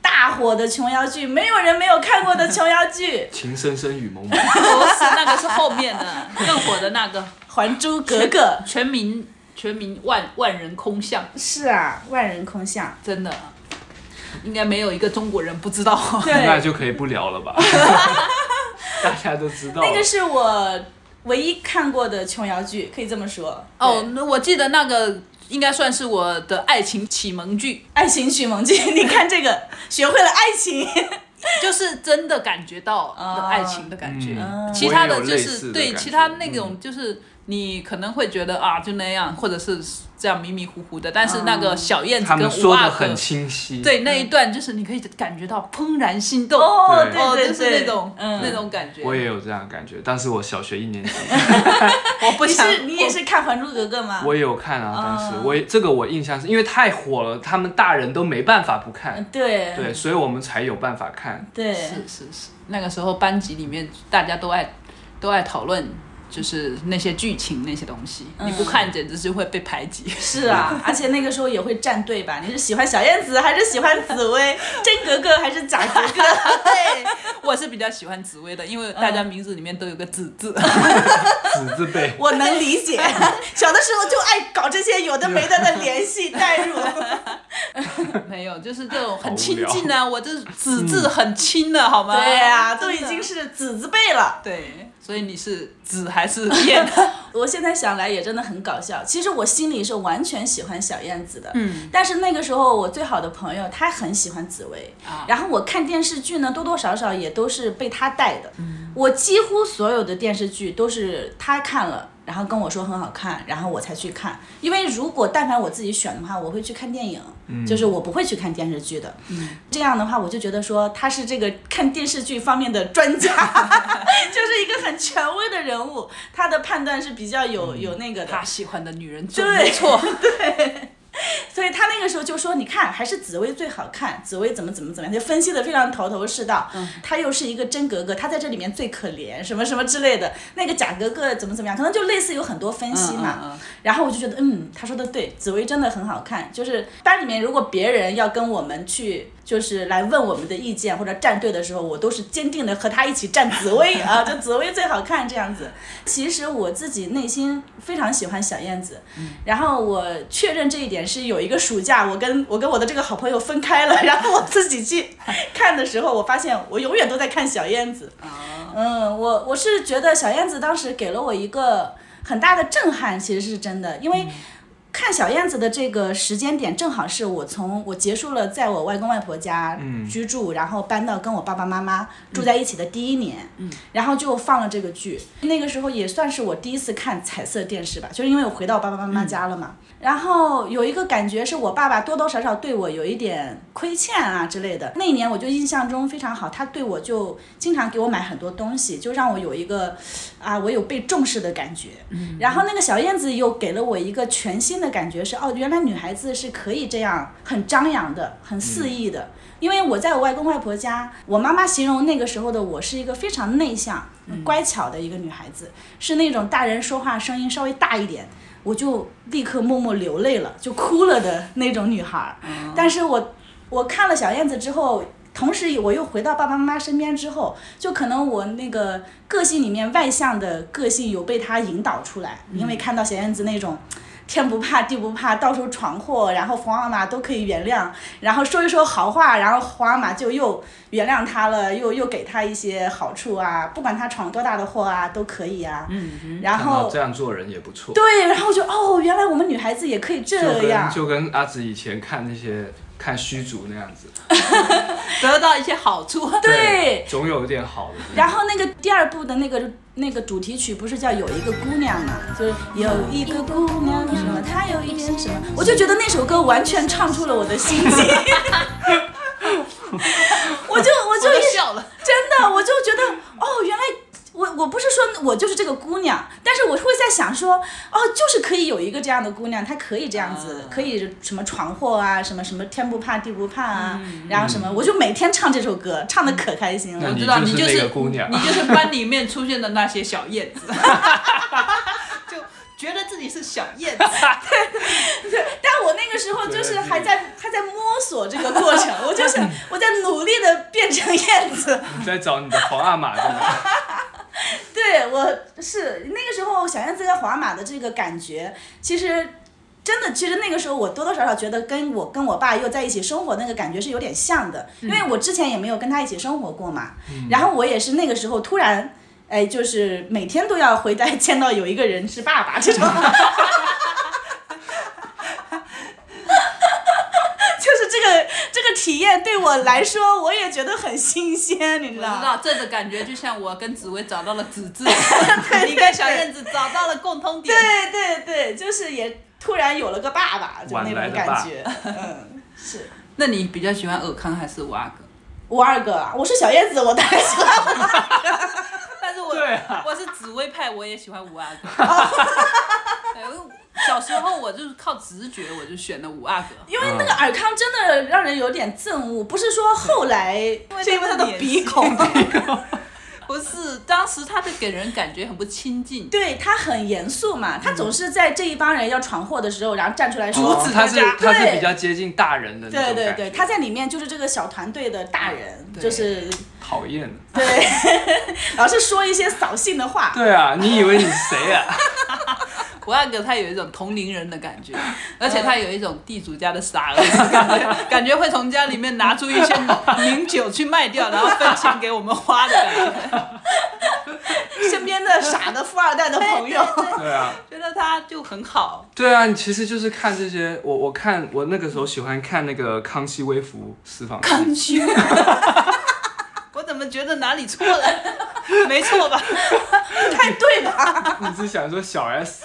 [SPEAKER 1] 大火的琼瑶剧，没有人没有看过的琼瑶剧
[SPEAKER 2] 情深深雨 蒙蒙，
[SPEAKER 3] 不是那个是后面的更火的那个《
[SPEAKER 1] 《还珠格 格》
[SPEAKER 3] 全民全民万万人空巷，
[SPEAKER 1] 是啊，万人空巷。
[SPEAKER 3] 真的应该没有一个中国人不知道。
[SPEAKER 2] 那
[SPEAKER 1] 对，
[SPEAKER 2] 就可以不聊了吧？大家都知道嗯了。
[SPEAKER 1] 那个是我唯一看过的琼瑶剧，可以这么说。
[SPEAKER 3] 哦
[SPEAKER 1] 对，，
[SPEAKER 3] 那我记得那个应该算是我的爱情启蒙剧，
[SPEAKER 1] 爱情启蒙剧， 你看这个，学会了爱情。
[SPEAKER 3] 就是真的感觉到了爱情的感觉。
[SPEAKER 2] 嗯
[SPEAKER 3] 其他
[SPEAKER 2] 我也有
[SPEAKER 3] 就
[SPEAKER 2] 类似
[SPEAKER 3] 是
[SPEAKER 2] 的感
[SPEAKER 3] 对
[SPEAKER 2] 觉嗯
[SPEAKER 3] 其他那种就是你可能会觉得啊就那样，或者是这样迷迷糊糊的，但是那
[SPEAKER 1] 哦
[SPEAKER 3] 个小燕子
[SPEAKER 2] 他
[SPEAKER 3] 跟
[SPEAKER 2] 们
[SPEAKER 3] 五
[SPEAKER 2] 说
[SPEAKER 3] 阿
[SPEAKER 2] 的
[SPEAKER 3] 哥
[SPEAKER 2] 很。清晰。
[SPEAKER 3] 对那一段，就是你可以感觉到怦然心动，
[SPEAKER 1] 嗯哦，
[SPEAKER 2] 对
[SPEAKER 3] 哦，
[SPEAKER 1] 对对，
[SPEAKER 3] 就是那种、
[SPEAKER 1] 嗯
[SPEAKER 3] 那种感觉。
[SPEAKER 2] 我也有这样的感觉，当时我小学一年 级，
[SPEAKER 3] 我不
[SPEAKER 1] 你
[SPEAKER 3] 想，
[SPEAKER 1] 是你也是看《还珠格格》吗？
[SPEAKER 2] 我也有看啊。当时我也这个我印象是因为太火了，他们大人都没办法不看，
[SPEAKER 1] 嗯对
[SPEAKER 2] 对，所以我们才有办法 看。
[SPEAKER 1] 对
[SPEAKER 3] 是是是，那个时候班级里面大家都爱都爱讨论。就是那些剧情那些东西，你
[SPEAKER 1] 嗯
[SPEAKER 3] 不看简直是会被排挤。
[SPEAKER 1] 是啊，而且那个时候也会站队吧？你是喜欢小燕子还是喜欢紫 薇？真格格还是假格格？对，
[SPEAKER 3] 我是比较喜欢紫薇的，因为大家名字里面都有个紫字。
[SPEAKER 2] 子字 辈，
[SPEAKER 1] 我能理解，小的时候就爱搞这些有的没的的联系代 入。
[SPEAKER 3] 没有，就是这种很
[SPEAKER 2] 好无
[SPEAKER 3] 亲
[SPEAKER 2] 聊
[SPEAKER 3] 近啊，我这紫字很亲的、好吗？
[SPEAKER 1] 对呀、都
[SPEAKER 3] 啊真
[SPEAKER 1] 已
[SPEAKER 3] 的
[SPEAKER 1] 经是子字辈了。
[SPEAKER 3] 对，所以你是紫还是燕？
[SPEAKER 1] 我现在想来也真的很搞笑。其实我心里是完全喜欢小燕子的，嗯，但是那个时候我最好的朋友她很喜欢紫薇，
[SPEAKER 3] 啊
[SPEAKER 1] 然后我看电视剧呢，多多少少也都是被她带的。我几乎所有的电视剧都是她看了，然后跟我说很好看，然后我才去看。因为如果但凡我自己选的话，我会去看电影，就是我不会去看电视剧的。这样的话，我就觉得说她是这个看电视剧方面的专家， 就是一个很权威的人物，他的判断是比较有有那个的
[SPEAKER 3] 他。喜欢的女人准
[SPEAKER 1] 对
[SPEAKER 3] 没错。
[SPEAKER 1] 所以他那个时候就说：“你看，还是紫薇最好看，紫薇怎么怎么怎么样，就分析的非常头头是道。
[SPEAKER 3] 嗯
[SPEAKER 1] 她又是一个真格格，她在这里面最可怜，什么什么之类的。那个假格格怎么怎么样，可能就类似有很多分析嘛。
[SPEAKER 3] 嗯嗯嗯
[SPEAKER 1] 然后我就觉得，嗯，他说的对，紫薇真的很好看。就是班里面如果别人要跟我们去，就是来问我们的意见或者站队的时候，我都是坚定的和他一起站紫薇啊，就紫薇最好看这样子。其实我自己内心非常喜欢小燕子，然后我确认这一点是有一个暑假，我跟我跟我的这个好朋友分开了， 然后我自己去看的时候，我发现我永远都在看小燕子。嗯，我我是觉得小燕子当时给了我一个很大的震撼，其实是真的，因为看小燕子的这个时间点，正好是我从我结束了在我外公外婆家居住，然后搬到跟我爸爸妈妈住在一起的第一年，嗯，然后就放了这个剧，那个时候也算是我第一次看彩色电视吧，就是因为我回到我爸爸妈妈家了嘛，然后有一个感觉是我爸爸多多少少对我有一点亏欠啊之类的，那一年我就印象中非常好，他对我就经常给我买很多东西，就让我有一个啊，我有被重视的感觉。然后那个小燕子又给了我一个全新的感觉是，哦，原来女孩子是可以这样很张扬的、很肆意的。因为我在我外公外婆家，我妈妈形容那个时候的我是一个非常内向、乖巧的一个女孩子，是那种大人说话声音稍微大一点。我就立刻默默流泪了，就哭了的那种女孩儿。
[SPEAKER 2] 嗯
[SPEAKER 1] 但是我我看了小燕子之后，同时我又回到爸爸妈妈身边之后，就可能我那个个性里面外向的个性有被他引导出来，
[SPEAKER 2] 嗯
[SPEAKER 1] 因为看到小燕子那种。天不怕地不怕，到处闯祸，然后皇阿玛都可以原谅，然后说一说好话，然后皇阿玛就又原谅他了，又又给他一些好处啊，不管他闯多大的祸啊，都可以啊。嗯、然
[SPEAKER 2] 看到
[SPEAKER 1] 后
[SPEAKER 2] 这样做人也不错。
[SPEAKER 1] 对，然后就哦，原来我们女孩子也可以
[SPEAKER 2] 就
[SPEAKER 1] 这
[SPEAKER 2] 跟
[SPEAKER 1] 样。
[SPEAKER 2] 就跟阿紫以前看那些看虚竹那样子，
[SPEAKER 3] 嗯得到一些好处。
[SPEAKER 1] 对
[SPEAKER 2] 总有一点好的。
[SPEAKER 1] 然后那个第二部的那个那个主题曲不是叫有一个姑娘嘛，就是有一个姑娘什么，她有一点什么，我就觉得那首歌完全唱出了我的心境， 我就我就
[SPEAKER 3] 我
[SPEAKER 1] 一
[SPEAKER 3] 都笑了，
[SPEAKER 1] 真的，我就觉得哦，原来我我不是说我就是这个姑娘，但是我会在想说，哦，就是可以有一个这样的姑娘，她可以这样子，
[SPEAKER 3] 啊
[SPEAKER 1] 可以什么闯祸啊，什么什么天不怕地不怕
[SPEAKER 2] 嗯
[SPEAKER 1] 啊，然后什么，我就每天唱这首歌，唱的可开心
[SPEAKER 2] 那
[SPEAKER 1] 了。
[SPEAKER 3] 我
[SPEAKER 2] 你
[SPEAKER 3] 知道
[SPEAKER 2] 就
[SPEAKER 3] 你就是
[SPEAKER 2] 那个姑娘
[SPEAKER 3] 你，就是班里面出现的那些小燕子， 就觉得自己是小燕子。
[SPEAKER 1] 但我那个时候就是还在还在摸索这个过程，我 就是我在努力的变成燕子。
[SPEAKER 2] 你在找你的皇阿玛在哪？
[SPEAKER 1] 对，我是那个时候小燕子跟皇马的这个感觉，其实真的，其实那个时候我多多少少觉得跟我跟我爸又在一起生活那个感觉是有点像的，因为我之前也没有跟他一起生活过嘛。然后我也是那个时候突然，哎，就是每天都要回家 见到有一个人是爸爸这种。就是这个这个体验对我来说，我也觉得很新鲜，你知
[SPEAKER 3] 我
[SPEAKER 1] 道吗？
[SPEAKER 3] 知道这个感觉就像我跟紫薇找到了子 字，你跟小燕子找到了共通点。
[SPEAKER 1] 对对对，就是也突然有了个爸爸，就那
[SPEAKER 2] 晚来
[SPEAKER 1] 种
[SPEAKER 2] 的
[SPEAKER 1] 感
[SPEAKER 2] 爸
[SPEAKER 1] 觉。嗯，是
[SPEAKER 3] 那你比较喜欢尔康还是五阿哥？
[SPEAKER 1] 我二哥啊，我是小燕子，我当然喜欢。
[SPEAKER 3] 但是我、
[SPEAKER 2] 对啊
[SPEAKER 3] 我是紫薇派，我也喜欢五阿 哥。对我小时候我就是靠直觉，我就选了五阿哥。
[SPEAKER 1] 因为那个尔康真的让人有点憎恶，不是说后来是因为他的鼻孔，
[SPEAKER 3] 不是，当时他的给人感觉很不亲近。
[SPEAKER 1] 对他很严肃嘛，他总是在这一帮人要闯祸的时候，然后站出来说
[SPEAKER 2] 哦
[SPEAKER 1] 阻止
[SPEAKER 2] 他
[SPEAKER 1] 大
[SPEAKER 2] 是
[SPEAKER 1] 家。
[SPEAKER 2] 他是比
[SPEAKER 1] 对
[SPEAKER 2] 较接近大人的那
[SPEAKER 1] 对
[SPEAKER 2] 种
[SPEAKER 1] 对
[SPEAKER 2] 感觉
[SPEAKER 1] 对，他在里面就是这个小团队的大人，
[SPEAKER 3] 对
[SPEAKER 1] 就是
[SPEAKER 2] 讨厌。
[SPEAKER 1] 对，老是说一些扫兴的话。
[SPEAKER 2] 对啊，你以为你是 谁啊？
[SPEAKER 3] 五阿哥他有一种同龄人的感觉，而且他有一种地主家的傻儿子感觉，感觉会从家里面拿出一些名酒去卖掉，然后分钱给我们花的感觉。
[SPEAKER 1] 身边的傻的富二代的朋友，
[SPEAKER 2] 对啊，
[SPEAKER 3] 觉得他就很好，
[SPEAKER 2] 对啊，你其实就是看这些。我我看我那个时候喜欢看那个《康熙微服私访记》，
[SPEAKER 3] 虚。我怎么觉得哪里错了？没错吧？
[SPEAKER 1] 不 太对吧？
[SPEAKER 2] 你是想说小 S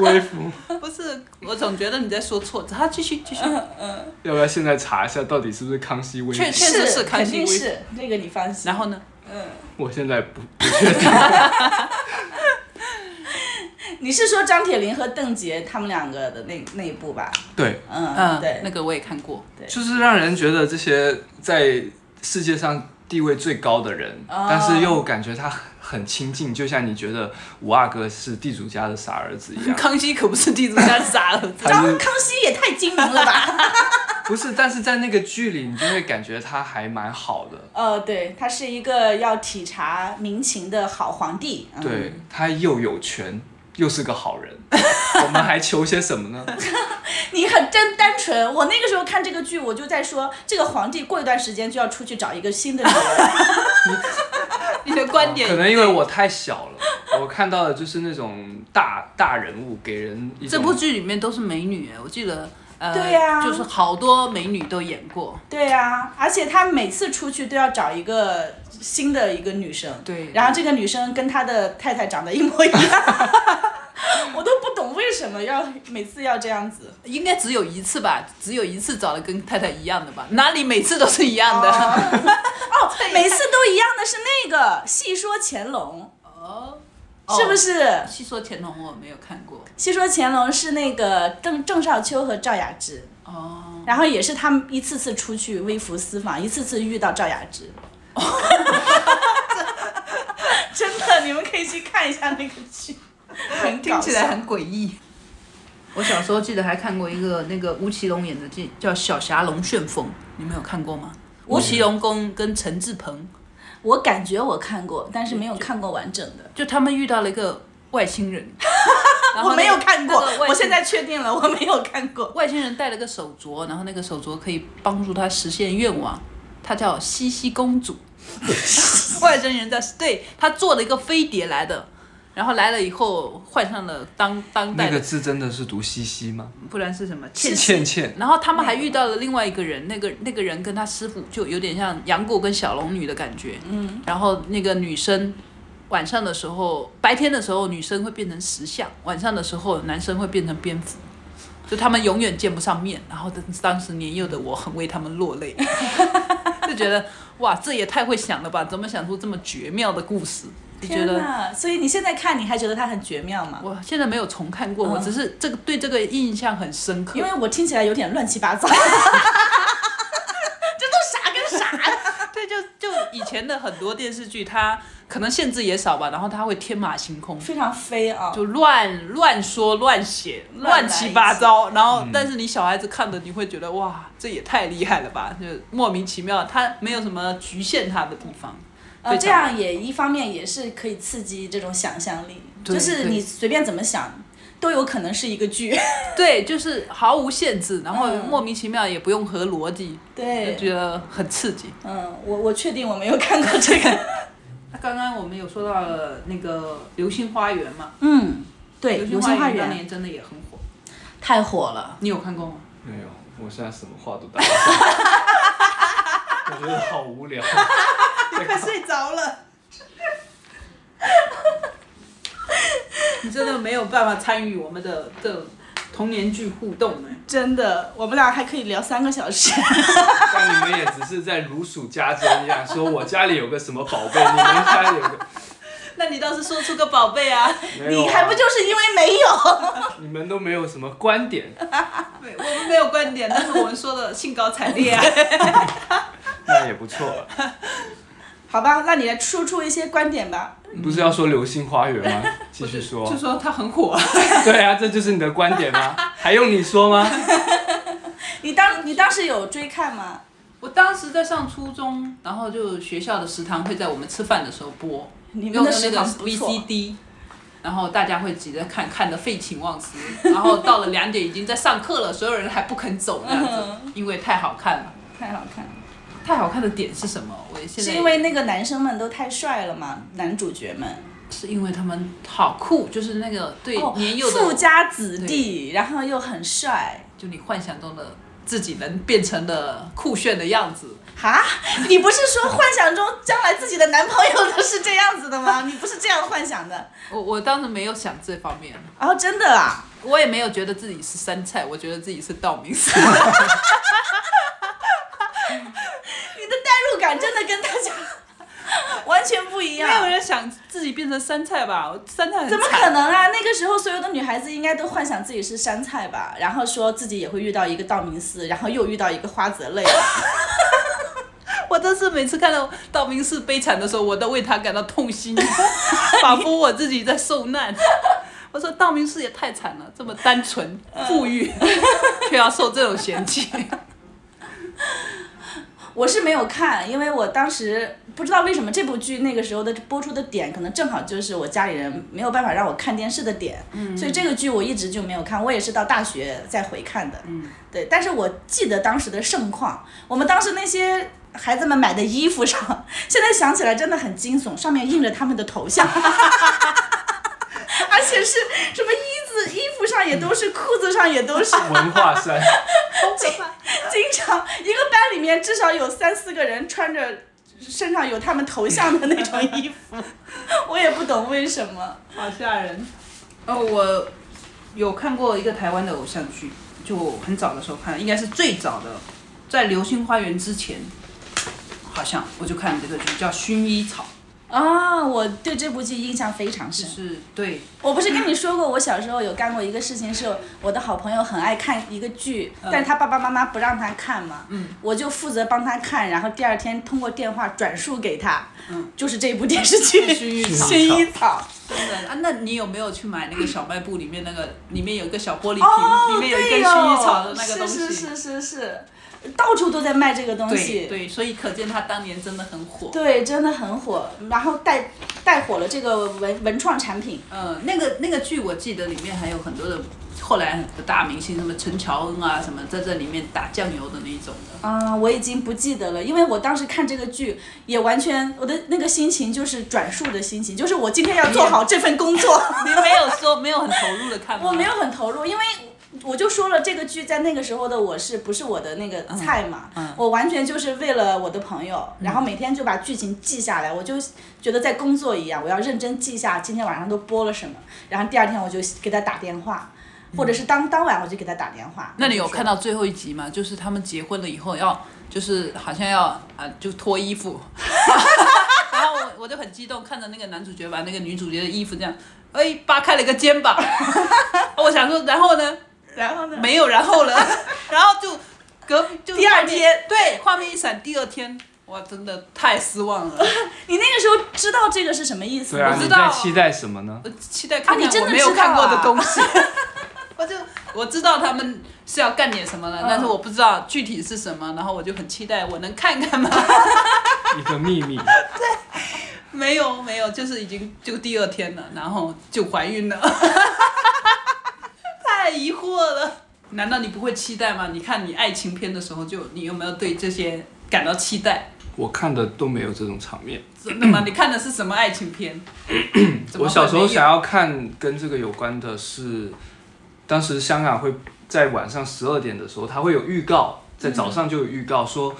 [SPEAKER 2] 微服？
[SPEAKER 3] 不是，我总觉得你在说错。他继续继续，
[SPEAKER 2] 嗯要不要现在查一下到底是不是康熙微服？
[SPEAKER 3] 确实是康
[SPEAKER 1] 肯
[SPEAKER 3] 熙
[SPEAKER 1] 定
[SPEAKER 3] 微服
[SPEAKER 1] 是这个你放心。
[SPEAKER 3] 然后呢？
[SPEAKER 2] 我现在不
[SPEAKER 1] 你是说张铁林和邓婕他们两个的那那一部吧？
[SPEAKER 2] 对，
[SPEAKER 1] 嗯，
[SPEAKER 3] 嗯，
[SPEAKER 1] 对，
[SPEAKER 3] 那个我也看过。
[SPEAKER 2] 就是让人觉得这些在世界上地位最高的人，
[SPEAKER 1] 哦
[SPEAKER 2] 但是又感觉他很亲近，就像你觉得五阿哥是地主家的傻儿子一样。
[SPEAKER 3] 康熙可不是地主家傻 儿子，
[SPEAKER 2] 他
[SPEAKER 1] 张
[SPEAKER 2] 是
[SPEAKER 1] 康熙也太精明了 吧？
[SPEAKER 2] 不是？但是在那个剧里，你就会感觉他还蛮好的。
[SPEAKER 1] 呃，对，他是一个要体察民情的好皇帝。嗯、
[SPEAKER 2] 对他又有权，又是个好 人，我们还求些什么呢？
[SPEAKER 1] 你很真单纯。我那个时候看这个剧，我就在说，这个皇帝过一段时间就要出去找一个新的女 人。
[SPEAKER 3] 你的观点
[SPEAKER 2] 哦可能因为我太小了，我看到的就是那种大大人物给人一种
[SPEAKER 3] 这部剧里面都是美女，我记得，呃，
[SPEAKER 1] 对呀
[SPEAKER 3] 就是好多美女都演过，
[SPEAKER 1] 对啊，而且他每次出去都要找一个新的一个女生。
[SPEAKER 3] 对
[SPEAKER 1] 然后这个女生跟她的太太长得一模一样， 我都不懂为什么要每次要这样子。
[SPEAKER 3] 应该只有一次吧，只有一次找的跟太太一样的吧，哪里每次都是一样的？
[SPEAKER 1] 哦，每次都一样的是那个《戏说乾隆
[SPEAKER 3] 哦，》，
[SPEAKER 1] 是不
[SPEAKER 3] 是？
[SPEAKER 1] 是？
[SPEAKER 3] 《戏说乾隆》我没有看过，
[SPEAKER 1] 《戏说乾隆》是那个郑郑少秋和赵雅芝，
[SPEAKER 3] 哦，
[SPEAKER 1] 然后也是他们一次次出去微服私访，一次次遇到赵雅芝。 真的，你们可以去看一下那个剧，很搞
[SPEAKER 3] 听起来
[SPEAKER 1] 笑
[SPEAKER 3] 很诡异。我小时候记得还看过一个那个吴奇隆演的剧叫《小侠龙旋风》，你们有看过吗？吴奇隆跟跟陈志朋，
[SPEAKER 1] 我感觉我看过，但是没有看过完整的。
[SPEAKER 3] 就他们遇到了一个外星 人，然后
[SPEAKER 1] 我
[SPEAKER 3] 那个
[SPEAKER 1] 没有看过
[SPEAKER 3] 那个外，星
[SPEAKER 1] 我现在确定了，我没有看过。
[SPEAKER 3] 外星人戴了个手镯，然后那个手镯可以帮助他实现愿望，她叫 西西公主。外星人在对她做了一个飞碟来的，然后来了以后换上了当当代
[SPEAKER 2] 那
[SPEAKER 3] 的，
[SPEAKER 2] 个字真的是读西西吗？
[SPEAKER 3] 不然是什么
[SPEAKER 2] 倩
[SPEAKER 3] 倩
[SPEAKER 2] 倩倩，
[SPEAKER 3] 然后他们还遇到了另外一个人，那个那个人跟他师傅就有点像杨过跟小龙女的感觉。嗯，然后那个女生晚上的时候，白天的时候女生会变成石像，晚上的时候男生会变成蝙蝠，就他们永远见不上面。然后当当时年幼的我很为他们落泪， 就觉得哇，这也太会想了吧？怎么想出这么绝妙的故事？就觉
[SPEAKER 1] 天
[SPEAKER 3] 得
[SPEAKER 1] 哪！所以你现在看，你还觉得它很绝妙吗？
[SPEAKER 3] 我现在没有重看过，我
[SPEAKER 1] 嗯
[SPEAKER 3] 只是这个对这个印象很深刻
[SPEAKER 1] 因。为我听起来有点乱七八糟，这都啥跟啥呀？
[SPEAKER 3] 对，就就以前的很多电视剧，它可能限制也少吧，然后它会天马行空，
[SPEAKER 1] 非常飞啊、
[SPEAKER 3] 就乱乱说、乱写、
[SPEAKER 1] 乱来
[SPEAKER 3] 乱七八糟。然后，但是你小孩子看的，你会觉得哇，这也太厉害了吧，就莫名其妙，它没有什么局限它的地方。
[SPEAKER 1] 呃，
[SPEAKER 3] 非
[SPEAKER 1] 这
[SPEAKER 3] 常
[SPEAKER 1] 样也一方面也是可以刺激这种想象力，
[SPEAKER 3] 对
[SPEAKER 1] 就是
[SPEAKER 3] 对
[SPEAKER 1] 你随便怎么想，都有可能是一个剧。
[SPEAKER 3] 对，就是毫无限制，然后
[SPEAKER 1] 嗯
[SPEAKER 3] 莫名其妙也不用合逻辑，就
[SPEAKER 1] 对，
[SPEAKER 3] 觉得很刺激。
[SPEAKER 1] 嗯，我我确定我没有看过这个。
[SPEAKER 3] 那刚刚我们有说到了那个《流星花园》嘛，
[SPEAKER 1] 嗯，对，
[SPEAKER 3] 流
[SPEAKER 1] 流
[SPEAKER 3] 星
[SPEAKER 1] 星花
[SPEAKER 3] 当
[SPEAKER 1] 园
[SPEAKER 3] 年真的也很火，
[SPEAKER 1] 太火了。
[SPEAKER 3] 你有看过吗？
[SPEAKER 2] 没有，我现在什么话都打不出来我觉得好无聊。
[SPEAKER 3] 快睡着了。你真的没有办法参与我们的的童年剧互动欸呢、
[SPEAKER 1] 真的，我们俩还可以聊三个小时。
[SPEAKER 2] 但你们也只是在如数家珍一样，说我家里有个什么宝贝，你们家有个
[SPEAKER 3] 那你倒是说出个宝贝啊！
[SPEAKER 2] 没有、啊？
[SPEAKER 1] 你还不就是因为没有？
[SPEAKER 2] 你们都没有什么观点，
[SPEAKER 3] 对我们没有观点，但是我们说的兴高采烈啊。
[SPEAKER 2] 那也不错了。
[SPEAKER 1] 好吧，那你来输出一些观点吧。
[SPEAKER 2] 嗯不是要说《流星花园》吗？继续说。
[SPEAKER 3] 就说他很火，
[SPEAKER 2] 对啊，这就是你的观点吗？还用你说吗？
[SPEAKER 1] 你当你当时有追看吗？
[SPEAKER 3] 我当时在上初中，然后就学校的食堂会在我们吃饭的时候播，
[SPEAKER 1] 你们
[SPEAKER 3] 用
[SPEAKER 1] 的
[SPEAKER 3] 的
[SPEAKER 1] 食
[SPEAKER 3] 那个
[SPEAKER 1] 堂不错。
[SPEAKER 3] VCD，然后大家会挤着看，看得废寝忘食。然后到了两点已经在上课了，所有人还不肯走那样子，因为太好看了。
[SPEAKER 1] 太好看了，
[SPEAKER 3] 太好看的点是什么？我现
[SPEAKER 1] 是
[SPEAKER 3] 在
[SPEAKER 1] 因为那个男生们都太帅了嘛，男主角们。
[SPEAKER 3] 是因为他们好酷，就是那个对
[SPEAKER 1] 哦
[SPEAKER 3] 年幼的，
[SPEAKER 1] 富家子弟，然后又很帅。
[SPEAKER 3] 就你幻想中的自己能变成的酷炫的样子。
[SPEAKER 1] 哈，啊你不是说幻想中将来自己的男朋友都是这样子的 吗？你不是这样幻想的？
[SPEAKER 3] 我我当时没有想这方面，
[SPEAKER 1] 哦，真的啊，
[SPEAKER 3] 我也没有觉得自己是山菜，我觉得自己是道明 寺。
[SPEAKER 1] 你的代入感真的跟大家完全不一
[SPEAKER 3] 没有
[SPEAKER 1] 样。
[SPEAKER 3] 人想自己变成山菜吧？山菜很
[SPEAKER 1] 怎么
[SPEAKER 3] 惨
[SPEAKER 1] 可？能啊？那个时候所有的女孩子应该都幻想自己是山菜吧，然后说自己也会遇到一个道明寺，然后又遇到一个花泽类。
[SPEAKER 3] 我真是每次看到道明寺悲惨的时候，我都为他感到痛心， 仿佛我自己在受难。我说道明寺也太惨了，这么单 纯
[SPEAKER 1] 嗯
[SPEAKER 3] 富裕，却要受这种嫌弃。
[SPEAKER 1] 我是没有看，因为我当时不知道为什么这部剧那个时候的播出的点，可能正好就是我家里人没有办法让我看电视的点，所以这个剧我一直就没有看，我也是到大学再回看的。对，但是我记得当时的盛况，我们当时那些孩子们买的衣服上，现在想起来真的很惊悚，上面印着他们的头像。而且是什么衣子、衣服上也都是，裤子上也都是，
[SPEAKER 2] 文化衫，
[SPEAKER 1] 经常一个班里面至少有三四个人穿着身上有他们头像的那种衣服，我也不懂为什么。
[SPEAKER 3] 好吓人。哦，我有看过一个台湾的偶像剧，就很早的时候看，应该是最早的，在《流星花园》之前，好像我就看这个剧叫《薰衣草
[SPEAKER 1] 啊，我对这部剧印象非常》，
[SPEAKER 3] 就
[SPEAKER 1] 深。
[SPEAKER 3] 是对
[SPEAKER 1] 我不是跟你说过，我小时候有干过一个事情，是我的好朋友很爱看一个剧，但是他爸爸妈妈不让他看嘛，我就负责帮他看，然后第二天通过电话转述给他，就是这部电视剧
[SPEAKER 3] 薰 衣
[SPEAKER 1] 《
[SPEAKER 3] 草
[SPEAKER 1] 薰衣草》。
[SPEAKER 3] 真的啊，那你有没有去买那个小卖部里面那个，里面有一个小玻璃瓶，
[SPEAKER 1] 哦，
[SPEAKER 3] 里
[SPEAKER 1] 对
[SPEAKER 3] 面有一根
[SPEAKER 1] 哦
[SPEAKER 3] 薰衣草的那个东西？
[SPEAKER 1] 是是是是是，到处都在卖这个东
[SPEAKER 3] 对
[SPEAKER 1] 西。
[SPEAKER 3] 对，所以可见它当年真的很火。
[SPEAKER 1] 对真的很火，然后带带火了这个文文创产品。
[SPEAKER 3] 呃嗯，那个那个剧我记得里面还有很多的后来的大明星，什么陈乔恩啊，什么在这里面打酱油的那一种的。
[SPEAKER 1] 啊、我已经不记得了，因为我当时看这个剧，也完全我的那个心情就是转述的心情，就是我今天要做好这份工作。
[SPEAKER 3] 你没有说没有很投入的看吗？
[SPEAKER 1] 我没有很投入，因为我就说了，这个剧在那个时候的我是不是我的那个
[SPEAKER 2] 嗯
[SPEAKER 1] 菜嘛？我完全就是为了我的朋友，然后每天就把剧情记下来，我就觉得在工作一样，我要认真记下今天晚上都播了什么，然后第二天我就给他打电话，
[SPEAKER 2] 嗯
[SPEAKER 1] 或者是当当晚我就给他打电话。
[SPEAKER 3] 那你有看
[SPEAKER 1] 到？
[SPEAKER 3] 到最后一集吗？就是他们结婚了以后要，就是好像要啊、就脱衣 服，然后我我就很激动，看着那个男主角把那个女主角的衣服这样，哎，扒开了个肩 膀，我想说，然后呢，
[SPEAKER 1] 然后呢？
[SPEAKER 3] 没有然后了， 然后就隔壁就
[SPEAKER 1] 第二
[SPEAKER 3] 画面
[SPEAKER 1] 天
[SPEAKER 3] 对，画面一闪，第二天。哇，真的太失望了！
[SPEAKER 1] 你那个时候知道这个是什么意思
[SPEAKER 2] 对啊，
[SPEAKER 1] 吗？
[SPEAKER 3] 我
[SPEAKER 2] 你
[SPEAKER 3] 知道
[SPEAKER 2] 在期待什么呢
[SPEAKER 3] 我？期待看
[SPEAKER 1] 啊你
[SPEAKER 3] 看
[SPEAKER 1] 真
[SPEAKER 3] 我
[SPEAKER 1] 的
[SPEAKER 3] 没有
[SPEAKER 1] 知道
[SPEAKER 3] 看过的
[SPEAKER 1] 啊
[SPEAKER 3] 东西，我就我知道他们是要干点什
[SPEAKER 1] 嗯
[SPEAKER 3] 么了，但是我不知道具体是什么，然后我就很期待我能看 看嘛。
[SPEAKER 2] 一个秘密。
[SPEAKER 3] 没有没有，就是已经就第二天了，然后就怀 孕了，太疑惑了。难道你不会期待吗？你看你爱情片的时候就，你有没有对这些感到期待？
[SPEAKER 2] 我看的都没有这种场面。
[SPEAKER 3] 真的吗？你看的是什么爱情 片？怎么
[SPEAKER 2] 我
[SPEAKER 3] 会
[SPEAKER 2] 小时候
[SPEAKER 3] 没有
[SPEAKER 2] 想要看跟这个有关的是，当时香港会在晚上十二点的时候，它会有预告，
[SPEAKER 3] 嗯
[SPEAKER 2] 在早上就有预告说，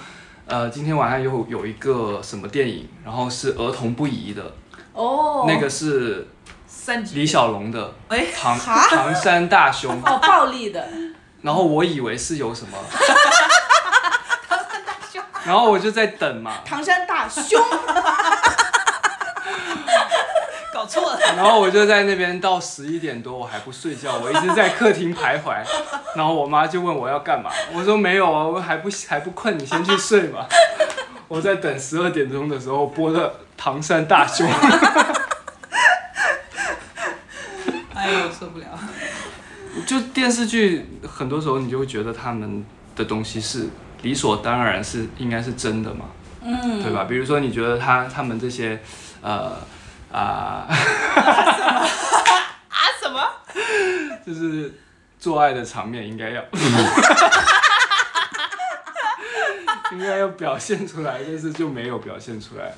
[SPEAKER 2] 呃，今天晚上有有一个什么电影，然后是儿童不宜的，
[SPEAKER 1] 哦，
[SPEAKER 2] 那个是
[SPEAKER 3] 三级
[SPEAKER 2] 李小龙的
[SPEAKER 3] 哎
[SPEAKER 2] 《唐唐山大兄》，
[SPEAKER 1] 哦，暴力 的，
[SPEAKER 2] 然后我以为是有 什么， 然后我就在等嘛，
[SPEAKER 1] 唐山大凶，
[SPEAKER 3] 搞错了，
[SPEAKER 2] 然后我就在那边到十一点多，我还不睡觉，我一直在客厅徘徊。然后我妈就问我要干嘛，我说没有啊，我还不还不困，你先去睡嘛。 我在等十二点钟的时候播的《唐山大兄》，
[SPEAKER 3] 哎呦受不了。
[SPEAKER 2] 就电视剧很多时候你就会觉得他们的东西是理所当然是应该是真的嘛，嗯，对吧？比如说你觉得他他们这些，呃啊、
[SPEAKER 3] 啊什么？
[SPEAKER 2] 就是做爱的场面应该要， 应该要表现出来，但是就没有表现出来，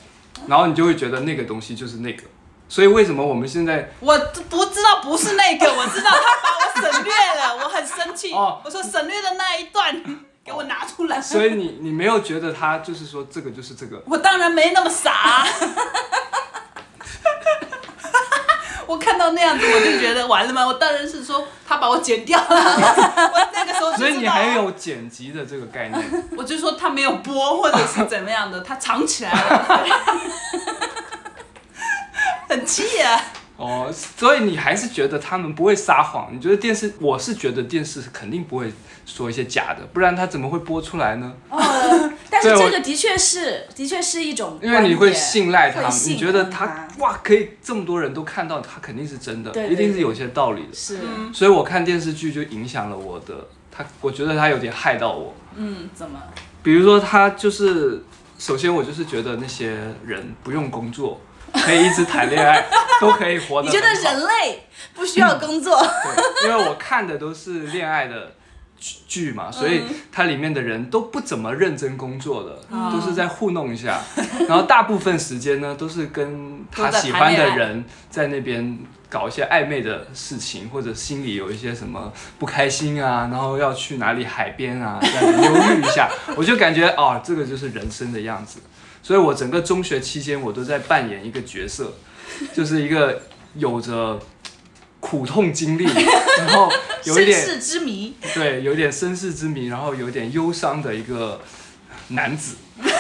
[SPEAKER 2] 然后你就会觉得那个东西就是那个。所以为什么我们现在
[SPEAKER 3] 我不知道不是那个，我知道他把我省略了，我很生气。
[SPEAKER 2] 哦
[SPEAKER 3] 我说省略的那一段给我拿出来。
[SPEAKER 2] 所以你你没有觉得他就是说这个就是这个，
[SPEAKER 3] 我当然没那么 傻。我看到那样子，我就觉得完了吗？我当然是说他把我剪掉了。 我那个时候就知
[SPEAKER 2] 所
[SPEAKER 3] 道
[SPEAKER 2] 以你还，有剪辑的这个概 念。
[SPEAKER 3] 我就说他没有播或者是怎么样的，他藏起来了， 很气啊！
[SPEAKER 2] 哦，所以你还是觉得他们不会撒谎？你觉得电视，我是觉得电视肯定不会说一些假的，不然他怎么会播出来呢？
[SPEAKER 1] 哦，但是
[SPEAKER 2] 对我
[SPEAKER 1] 这个的确是，的确是一种观
[SPEAKER 2] 因
[SPEAKER 1] 点，
[SPEAKER 2] 为你会信赖他
[SPEAKER 1] 会
[SPEAKER 2] 们，
[SPEAKER 1] 信
[SPEAKER 2] 你觉得
[SPEAKER 1] 他
[SPEAKER 2] 他哇，可以这么多人都看到，他肯定是真的，
[SPEAKER 1] 对
[SPEAKER 2] 一定是有些道理的。
[SPEAKER 1] 是，
[SPEAKER 2] 所以我看电视剧就影响了我的，他我觉得他有点害到我。
[SPEAKER 1] 嗯，怎么？
[SPEAKER 2] 比如说，他就是首先我就是觉得那些人不用工作，可以一直谈 恋爱，都可以活得
[SPEAKER 1] 你觉得
[SPEAKER 2] 很好嗯
[SPEAKER 1] 人类不需要工作？
[SPEAKER 2] 对，因为我看的都是恋爱的剧剧嘛，所以它里面的人都不怎么认真工作的，都是在糊弄一下。然后大部分时间呢，都是跟他喜欢的人在那边搞一些暧昧的事情，或者心里有一些什么不开心啊，然后要去哪里海边啊，这样子忧郁一下。我就感觉哦，这个就是人生的样子。所以我整个中学期间，我都在扮演一个角色，就是一个有着苦痛经 历，然后有一
[SPEAKER 1] 身
[SPEAKER 2] 点
[SPEAKER 1] 世之谜，
[SPEAKER 2] 对，有点身世之谜，然后有点忧伤的一个男子。
[SPEAKER 1] 而且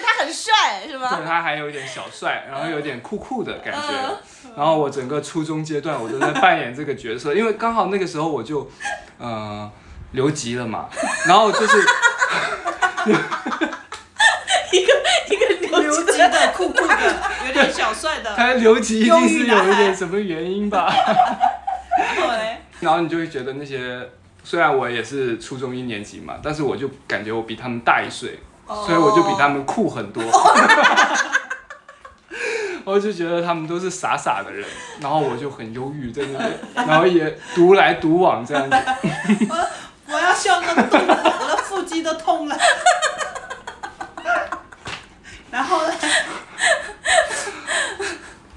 [SPEAKER 1] 他很帅，是
[SPEAKER 3] 啊
[SPEAKER 2] 对
[SPEAKER 1] 吧？
[SPEAKER 2] 他还有一点小帅，然后有点酷酷的感觉。
[SPEAKER 3] 嗯
[SPEAKER 2] 然后我整个初中阶段，我都在扮演这个角色，因为刚好那个时候我就，呃，留级了嘛，然后就是
[SPEAKER 1] 一个一个
[SPEAKER 3] 留
[SPEAKER 1] 留
[SPEAKER 3] 级的、酷酷的、有点小帅的，
[SPEAKER 2] 他留级一定是
[SPEAKER 3] 忧郁男
[SPEAKER 2] 有一
[SPEAKER 3] 孩
[SPEAKER 2] 点什么原因吧。
[SPEAKER 3] 然后嘞，
[SPEAKER 2] 然后你就会觉得那些，虽然我也是初中一年级嘛，但是我就感觉我比他们大一岁，所以我就比他们酷很多。 我就觉得他们都是傻傻的人，然后我就很忧郁在那边， 然后也独来独往这样子。
[SPEAKER 4] 我要笑到肚子，我的腹肌都痛了。 然后呢？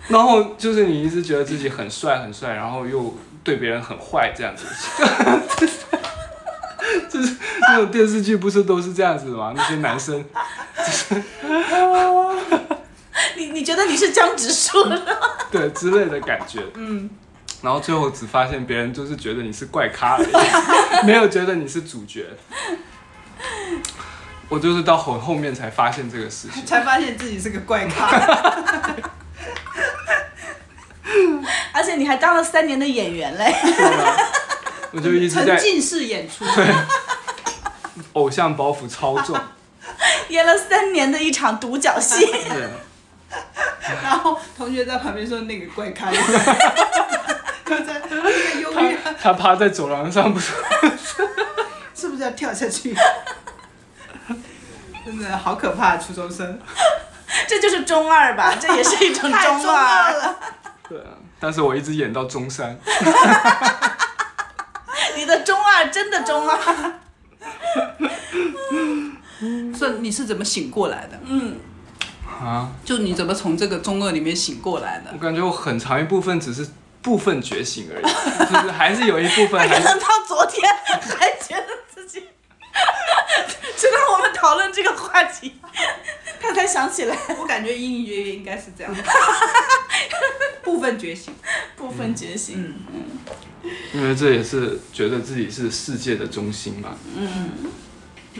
[SPEAKER 2] 然后就是你一直觉得自己很帅很帅，然后又对别人很坏这样子， 就是那种电视剧不是都是这样子的吗？那些男生
[SPEAKER 1] 你你觉得你是江直 树了？
[SPEAKER 2] 对之类的感觉，嗯。然后最后只发现别人就是觉得你是怪咖而已， 没有觉得你是主角。我就是到很后面才发现这个 事情，
[SPEAKER 4] 才发现自己是个怪 咖，
[SPEAKER 1] 而且你还当了三年的演员嘞。
[SPEAKER 2] 对吧我就一直
[SPEAKER 4] 沉
[SPEAKER 2] 在
[SPEAKER 4] 浸式演出，
[SPEAKER 2] 偶像包袱超 重，
[SPEAKER 1] 演了三年的一场独角戏，
[SPEAKER 2] 对。
[SPEAKER 4] 然后同学在旁边说那个怪 咖，就在那个忧郁，
[SPEAKER 2] 他趴在走廊上不是
[SPEAKER 4] 是不是要跳下去？ 真的好可怕，初中生
[SPEAKER 1] 这就是中二吧？这也是一种
[SPEAKER 4] 太
[SPEAKER 1] 中
[SPEAKER 4] 中二
[SPEAKER 1] 二。
[SPEAKER 4] 了。
[SPEAKER 2] 对啊，但是我一直演到中山，
[SPEAKER 1] 你的中二真的中二。
[SPEAKER 3] 这你是怎么醒过来的？
[SPEAKER 2] 啊，
[SPEAKER 3] 就你怎么从这个中二里面醒过来的
[SPEAKER 2] 我？感觉我很长一部分只是部分觉醒而已，就是还是有一部分还
[SPEAKER 1] 可
[SPEAKER 2] 是
[SPEAKER 1] 能到昨天还觉得自己， 直到我们讨论这个话题，他才想起来
[SPEAKER 4] 我感觉隐隐约约应该是这 样，部分觉醒。
[SPEAKER 1] 部分觉醒。
[SPEAKER 4] 嗯，
[SPEAKER 2] 因为这也是觉得自己是世界的中心嘛，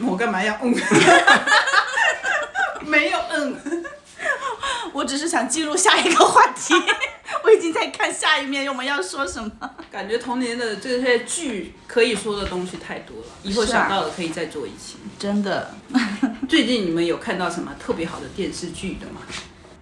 [SPEAKER 4] 我干嘛要嗯？ 没有嗯，
[SPEAKER 1] 我只是想记录下一个话题， 我已经在看下一面我们要说什么。
[SPEAKER 3] 感觉童年的这些剧可以说的东西太多了，以后
[SPEAKER 1] 是啊
[SPEAKER 3] 想到了可以再做一期。
[SPEAKER 4] 啊
[SPEAKER 1] 真的，
[SPEAKER 3] 最近你们有看到什么特别好的电视剧的吗？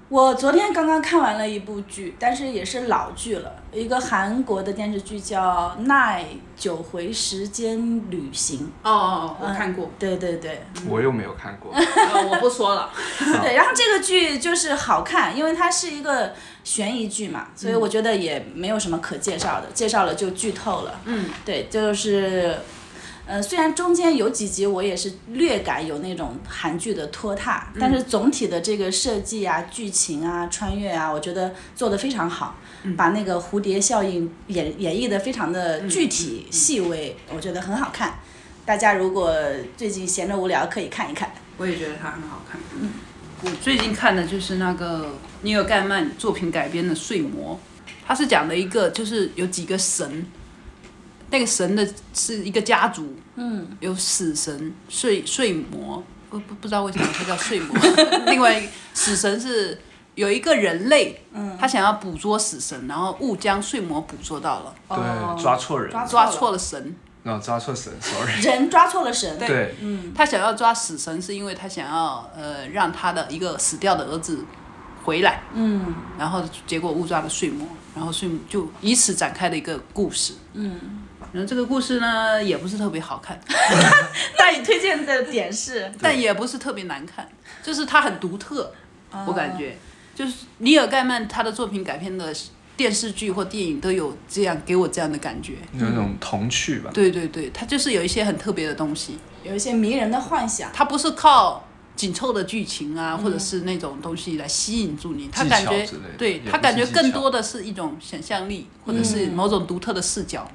[SPEAKER 1] 我昨天刚刚看完了一部剧，但是也是老剧了，一个韩国的电视剧叫《奈九回时间旅行嗯
[SPEAKER 3] 哦哦哦，我看过》，，
[SPEAKER 1] 对对对。
[SPEAKER 2] 我又没有看过，
[SPEAKER 3] 呃我不说了。
[SPEAKER 1] 对，然后这个剧就是好看，因为它是一个悬疑剧嘛，所以我觉得也没有什么可介绍的，介绍了就剧透了。
[SPEAKER 3] 嗯，
[SPEAKER 1] 对，就是，呃，虽然中间有几集我也是略感有那种韩剧的拖沓，但
[SPEAKER 3] 嗯
[SPEAKER 1] 是总体的这个设计啊、剧情啊、穿越啊，我觉得做得非常好，
[SPEAKER 3] 嗯
[SPEAKER 1] 把那个蝴蝶效应演演绎的非常的具
[SPEAKER 3] 嗯
[SPEAKER 1] 体、细微，我觉得很好看。大家如果最近闲着无聊，可以看一看。
[SPEAKER 3] 我也觉得它很好看。嗯，我最近看的就是那个尼尔盖曼作品改编的《睡魔》，它是讲的一个就是有几个神，那个神的是一个家族，嗯，有死神、睡睡魔，不不不知道为什么它 叫睡魔。另外一个死神是有一个人类，嗯，他想要捕捉死神，然后误将睡魔捕捉到了，
[SPEAKER 1] 哦
[SPEAKER 2] 对，抓错人，
[SPEAKER 1] 抓
[SPEAKER 3] 抓错了神，
[SPEAKER 2] 然后抓错神，sorry，
[SPEAKER 1] 人抓错了神，
[SPEAKER 2] 对，
[SPEAKER 3] 他想要抓死神，是因为他想要呃让他的一个死掉的儿子回来，嗯，然后结果误抓了睡魔，然后睡魔就以此展开的一个故事，嗯，然后这个故事呢也不是特别好看，
[SPEAKER 1] 大宇推荐的点是，
[SPEAKER 3] 但也不是特别难看，就是它很独特，我感觉，就是尼尔盖曼他的作品改编的电视剧或电影都有这样给我这样的感觉，
[SPEAKER 2] 有那种童趣吧，
[SPEAKER 3] 对对对，他就是有一些很特别的东西，
[SPEAKER 1] 呃有一些迷人的幻想，
[SPEAKER 3] 它不是靠紧凑的剧情啊，或者是那种东西来吸引住你，
[SPEAKER 2] 嗯
[SPEAKER 3] 他
[SPEAKER 2] 技巧
[SPEAKER 3] 感觉
[SPEAKER 2] 之类的也
[SPEAKER 3] 对
[SPEAKER 2] 不是
[SPEAKER 3] 他感觉
[SPEAKER 2] 技巧嗯
[SPEAKER 3] 更多的是一种想象力，或者是某种独特的视角。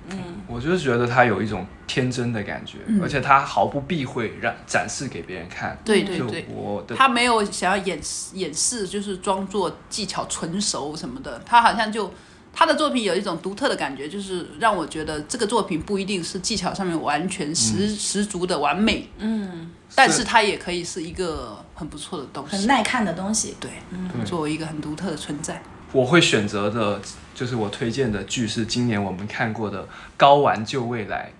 [SPEAKER 2] 我就是觉得他有一种天真的感觉，而且他毫不避讳让展示给别人看，
[SPEAKER 3] 对对
[SPEAKER 2] 就
[SPEAKER 3] 对
[SPEAKER 2] 我的
[SPEAKER 3] 他没有想要掩饰掩饰，就是装作技巧纯熟什么的，他好像就。他的作品有一种独特的感觉，就是让我觉得这个作品不一定是技巧上面完全十、
[SPEAKER 2] 嗯
[SPEAKER 3] 十足的完美，嗯，但是它也可以是一个很不错的东
[SPEAKER 1] 很
[SPEAKER 3] 西，
[SPEAKER 1] 耐看的东西。
[SPEAKER 3] 对，
[SPEAKER 2] 对
[SPEAKER 3] 作为一个很独特的存在。
[SPEAKER 2] 我会选择的，就是我推荐的剧是今年我们看过的《高玩救未来》，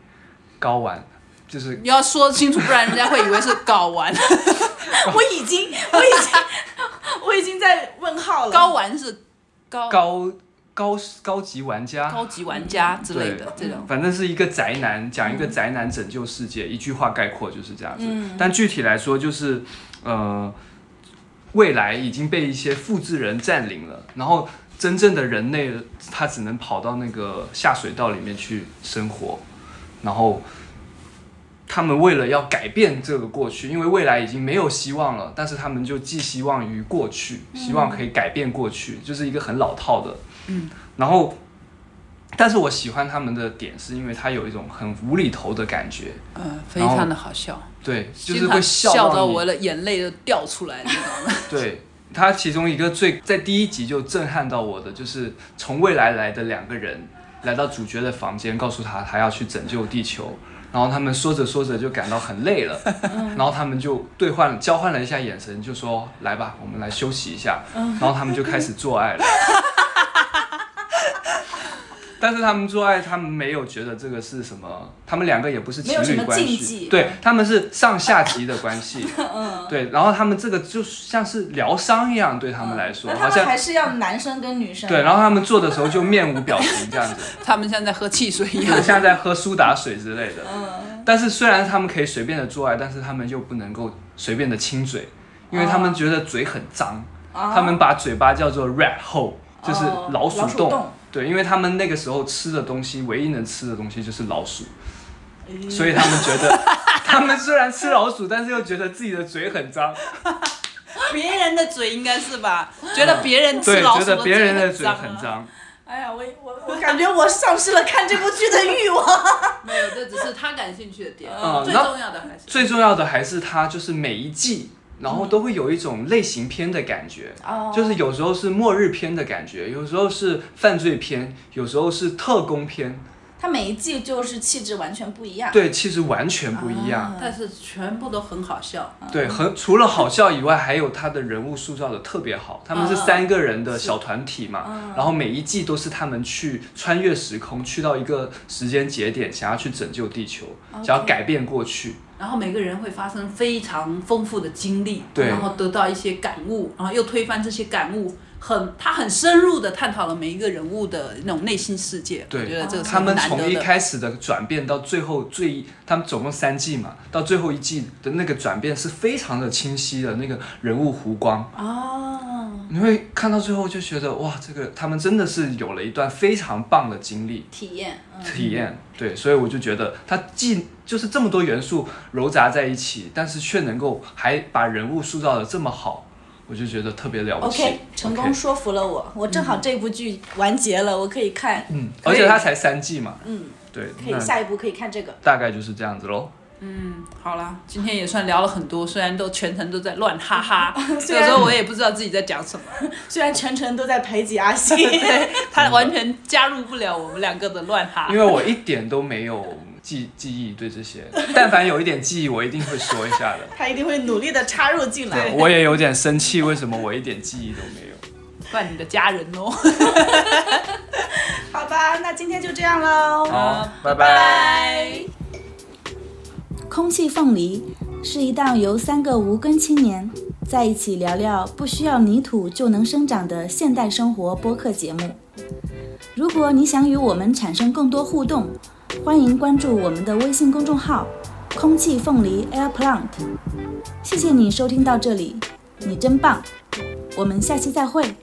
[SPEAKER 2] 高玩就是
[SPEAKER 3] 你要说清楚，不然人家会以为是睾 丸。
[SPEAKER 1] 我已经，我已经，我已经 在问号了。
[SPEAKER 3] 睾丸是高
[SPEAKER 2] 高
[SPEAKER 3] 高
[SPEAKER 2] 高高级玩家。
[SPEAKER 3] 级玩家之类的这
[SPEAKER 2] 对
[SPEAKER 3] 种，，
[SPEAKER 2] 反正是一个宅男，讲一个宅男拯救世界，一句话概括就是这样子。但具体来说，就是呃，未来已经被一些复制人占领了，然后真正的人类他只能跑到那个下水道里面去生活，然后他们为了要改变这个过去，因为未来已经没有希望了，但是他们就寄希望于过去，希望可以改变过去，就是一个很老套的。嗯，然后。但是我喜欢他们的点，是因为他有一种很无厘头的感觉，
[SPEAKER 3] 嗯，非常的好笑，
[SPEAKER 2] 对，就
[SPEAKER 3] 经
[SPEAKER 2] 是
[SPEAKER 3] 常
[SPEAKER 2] 会
[SPEAKER 3] 笑
[SPEAKER 2] 到
[SPEAKER 3] 到
[SPEAKER 2] 你
[SPEAKER 3] 我的眼泪都掉出来，你知道吗？
[SPEAKER 2] 对，他其中一个最在第一集就震撼到我的，就是从未来来的两个人来到主角的房间，告诉他他要去拯救地球。然后他们说着说着就感到很累 了，
[SPEAKER 1] 嗯
[SPEAKER 2] 然后他们就对换交换了一下眼神，就说：“来吧，我们来休息一下。”
[SPEAKER 1] 嗯
[SPEAKER 2] 然后他们就开始做爱了。 但是他们做爱，他们没有觉得这个是什么，他们两个也不是
[SPEAKER 1] 没
[SPEAKER 2] 情
[SPEAKER 1] 有什
[SPEAKER 2] 侣
[SPEAKER 1] 么
[SPEAKER 2] 关
[SPEAKER 1] 禁忌
[SPEAKER 2] 系，对他们是上下级的关系。对，然后他们这个就像是疗伤一样，对他们来说，
[SPEAKER 1] 嗯那
[SPEAKER 2] 好
[SPEAKER 1] 他们
[SPEAKER 2] 像
[SPEAKER 1] 还是要男生跟女生。
[SPEAKER 2] 对，然后他们做的时候就面无表情这样子，
[SPEAKER 3] 他们像在喝汽水一
[SPEAKER 2] 就
[SPEAKER 3] 样
[SPEAKER 2] 是，像在喝苏打水之类的。但是虽然他们可以随便的做爱，但是他们又不能够随便的亲嘴，因为他们觉得嘴很脏，
[SPEAKER 1] 哦
[SPEAKER 2] 他们把嘴巴叫做 rat hole，就是
[SPEAKER 1] 哦
[SPEAKER 2] 老
[SPEAKER 1] 老
[SPEAKER 2] 鼠
[SPEAKER 1] 鼠
[SPEAKER 2] 洞。
[SPEAKER 1] 洞
[SPEAKER 2] 对，因为他们那个时候吃的东西，唯一能吃的东西就是老鼠，所以他们觉得，他们虽然吃老鼠，但是又觉得自己的嘴很脏。
[SPEAKER 3] 别人的嘴应该是吧？觉嗯得别人吃
[SPEAKER 2] 对，
[SPEAKER 3] 老
[SPEAKER 2] 觉
[SPEAKER 3] 鼠的
[SPEAKER 2] 得别人的
[SPEAKER 3] 嘴
[SPEAKER 2] 嘴
[SPEAKER 3] 很
[SPEAKER 2] 很
[SPEAKER 3] 啊。
[SPEAKER 2] 脏。
[SPEAKER 1] 哎呀，我我我感觉我丧失了看这部剧的欲望。
[SPEAKER 3] 没有，这只是他感兴趣的点
[SPEAKER 2] 嗯，
[SPEAKER 3] 最
[SPEAKER 2] 那
[SPEAKER 3] 重要的还是
[SPEAKER 2] 最重要的还是它就是每一季，然后都会有一种类型片的感觉，
[SPEAKER 1] 哦
[SPEAKER 2] 就是有时候是末日片的感觉，有时候是犯罪片，有时候是特工片，
[SPEAKER 1] 他每一季就是气质完全不一样。
[SPEAKER 2] 对，其实完全不一样。
[SPEAKER 3] 但是全部都很好笑。
[SPEAKER 2] 对，很除了好笑以外，还有他的人物塑造的特别好。他们是三个人的小团体嘛，然后每一季都是他们去穿越时空，去到一个时间节点，想要去拯救地球，想要改变过去。
[SPEAKER 3] 然后每个人会发生非常丰富的经历，
[SPEAKER 2] 对
[SPEAKER 3] 然后得到一些感悟，然后又推翻这些感悟，很他很深入的探讨了每一个人物的那种内心世界。我觉
[SPEAKER 2] 对
[SPEAKER 3] 得这个是
[SPEAKER 2] 他
[SPEAKER 3] 很
[SPEAKER 2] 们
[SPEAKER 3] 难
[SPEAKER 2] 从
[SPEAKER 3] 得
[SPEAKER 2] 一
[SPEAKER 3] 的。
[SPEAKER 2] 开始的转变到最后最，他们总共三季嘛，到最后一季的那个转变是非常的清晰的，那个人物弧光，
[SPEAKER 1] 哦，
[SPEAKER 2] 你会看到最后就觉得哇，这个他们真的是有了一段非常棒的经历
[SPEAKER 1] 体验，嗯，
[SPEAKER 2] 体验。对，所以我就觉得它既就是这么多元素糅杂在一起，但是却能够还把人物塑造的这么好，我就觉得特别了不起。
[SPEAKER 1] OK，成功
[SPEAKER 2] OK
[SPEAKER 1] 说服了我。我正好这部剧完结了，我可以看，
[SPEAKER 2] 嗯，
[SPEAKER 1] 可
[SPEAKER 2] 而
[SPEAKER 1] 以
[SPEAKER 2] 且它才三季嘛，
[SPEAKER 1] 嗯，
[SPEAKER 2] 对，
[SPEAKER 1] 可
[SPEAKER 2] 那
[SPEAKER 1] 以下一步可以看这个。
[SPEAKER 2] 大概就是这样子喽。
[SPEAKER 3] 好啦，今天也算聊了很多，虽然都全程都在乱 哈哈，
[SPEAKER 1] 虽
[SPEAKER 3] 有
[SPEAKER 1] 然
[SPEAKER 3] 时候我也不知道自己在讲什么，
[SPEAKER 1] 虽然全程都在排挤阿 信，
[SPEAKER 3] 他完全加入不了我们两个的乱哈。
[SPEAKER 2] 因为我一点都没有记记忆对这些，但凡有一点记忆，我一定会说一下的。
[SPEAKER 1] 他一定会努力的插入进来。
[SPEAKER 2] 我也有点生气，为什么我一点记忆都没有？
[SPEAKER 3] 怪你的家人哦。
[SPEAKER 1] 好吧，那今天就这样喽。
[SPEAKER 2] 好，拜
[SPEAKER 3] 拜。
[SPEAKER 5] 空气凤梨是一档由三个无根青年在一起聊聊不需要泥土就能生长的现代生活播客节目。如果你想与我们产生更多互动，欢迎关注我们的微信公众号“空气凤梨 Air Plant”。谢谢你收听到这里，你真棒！我们下期再会。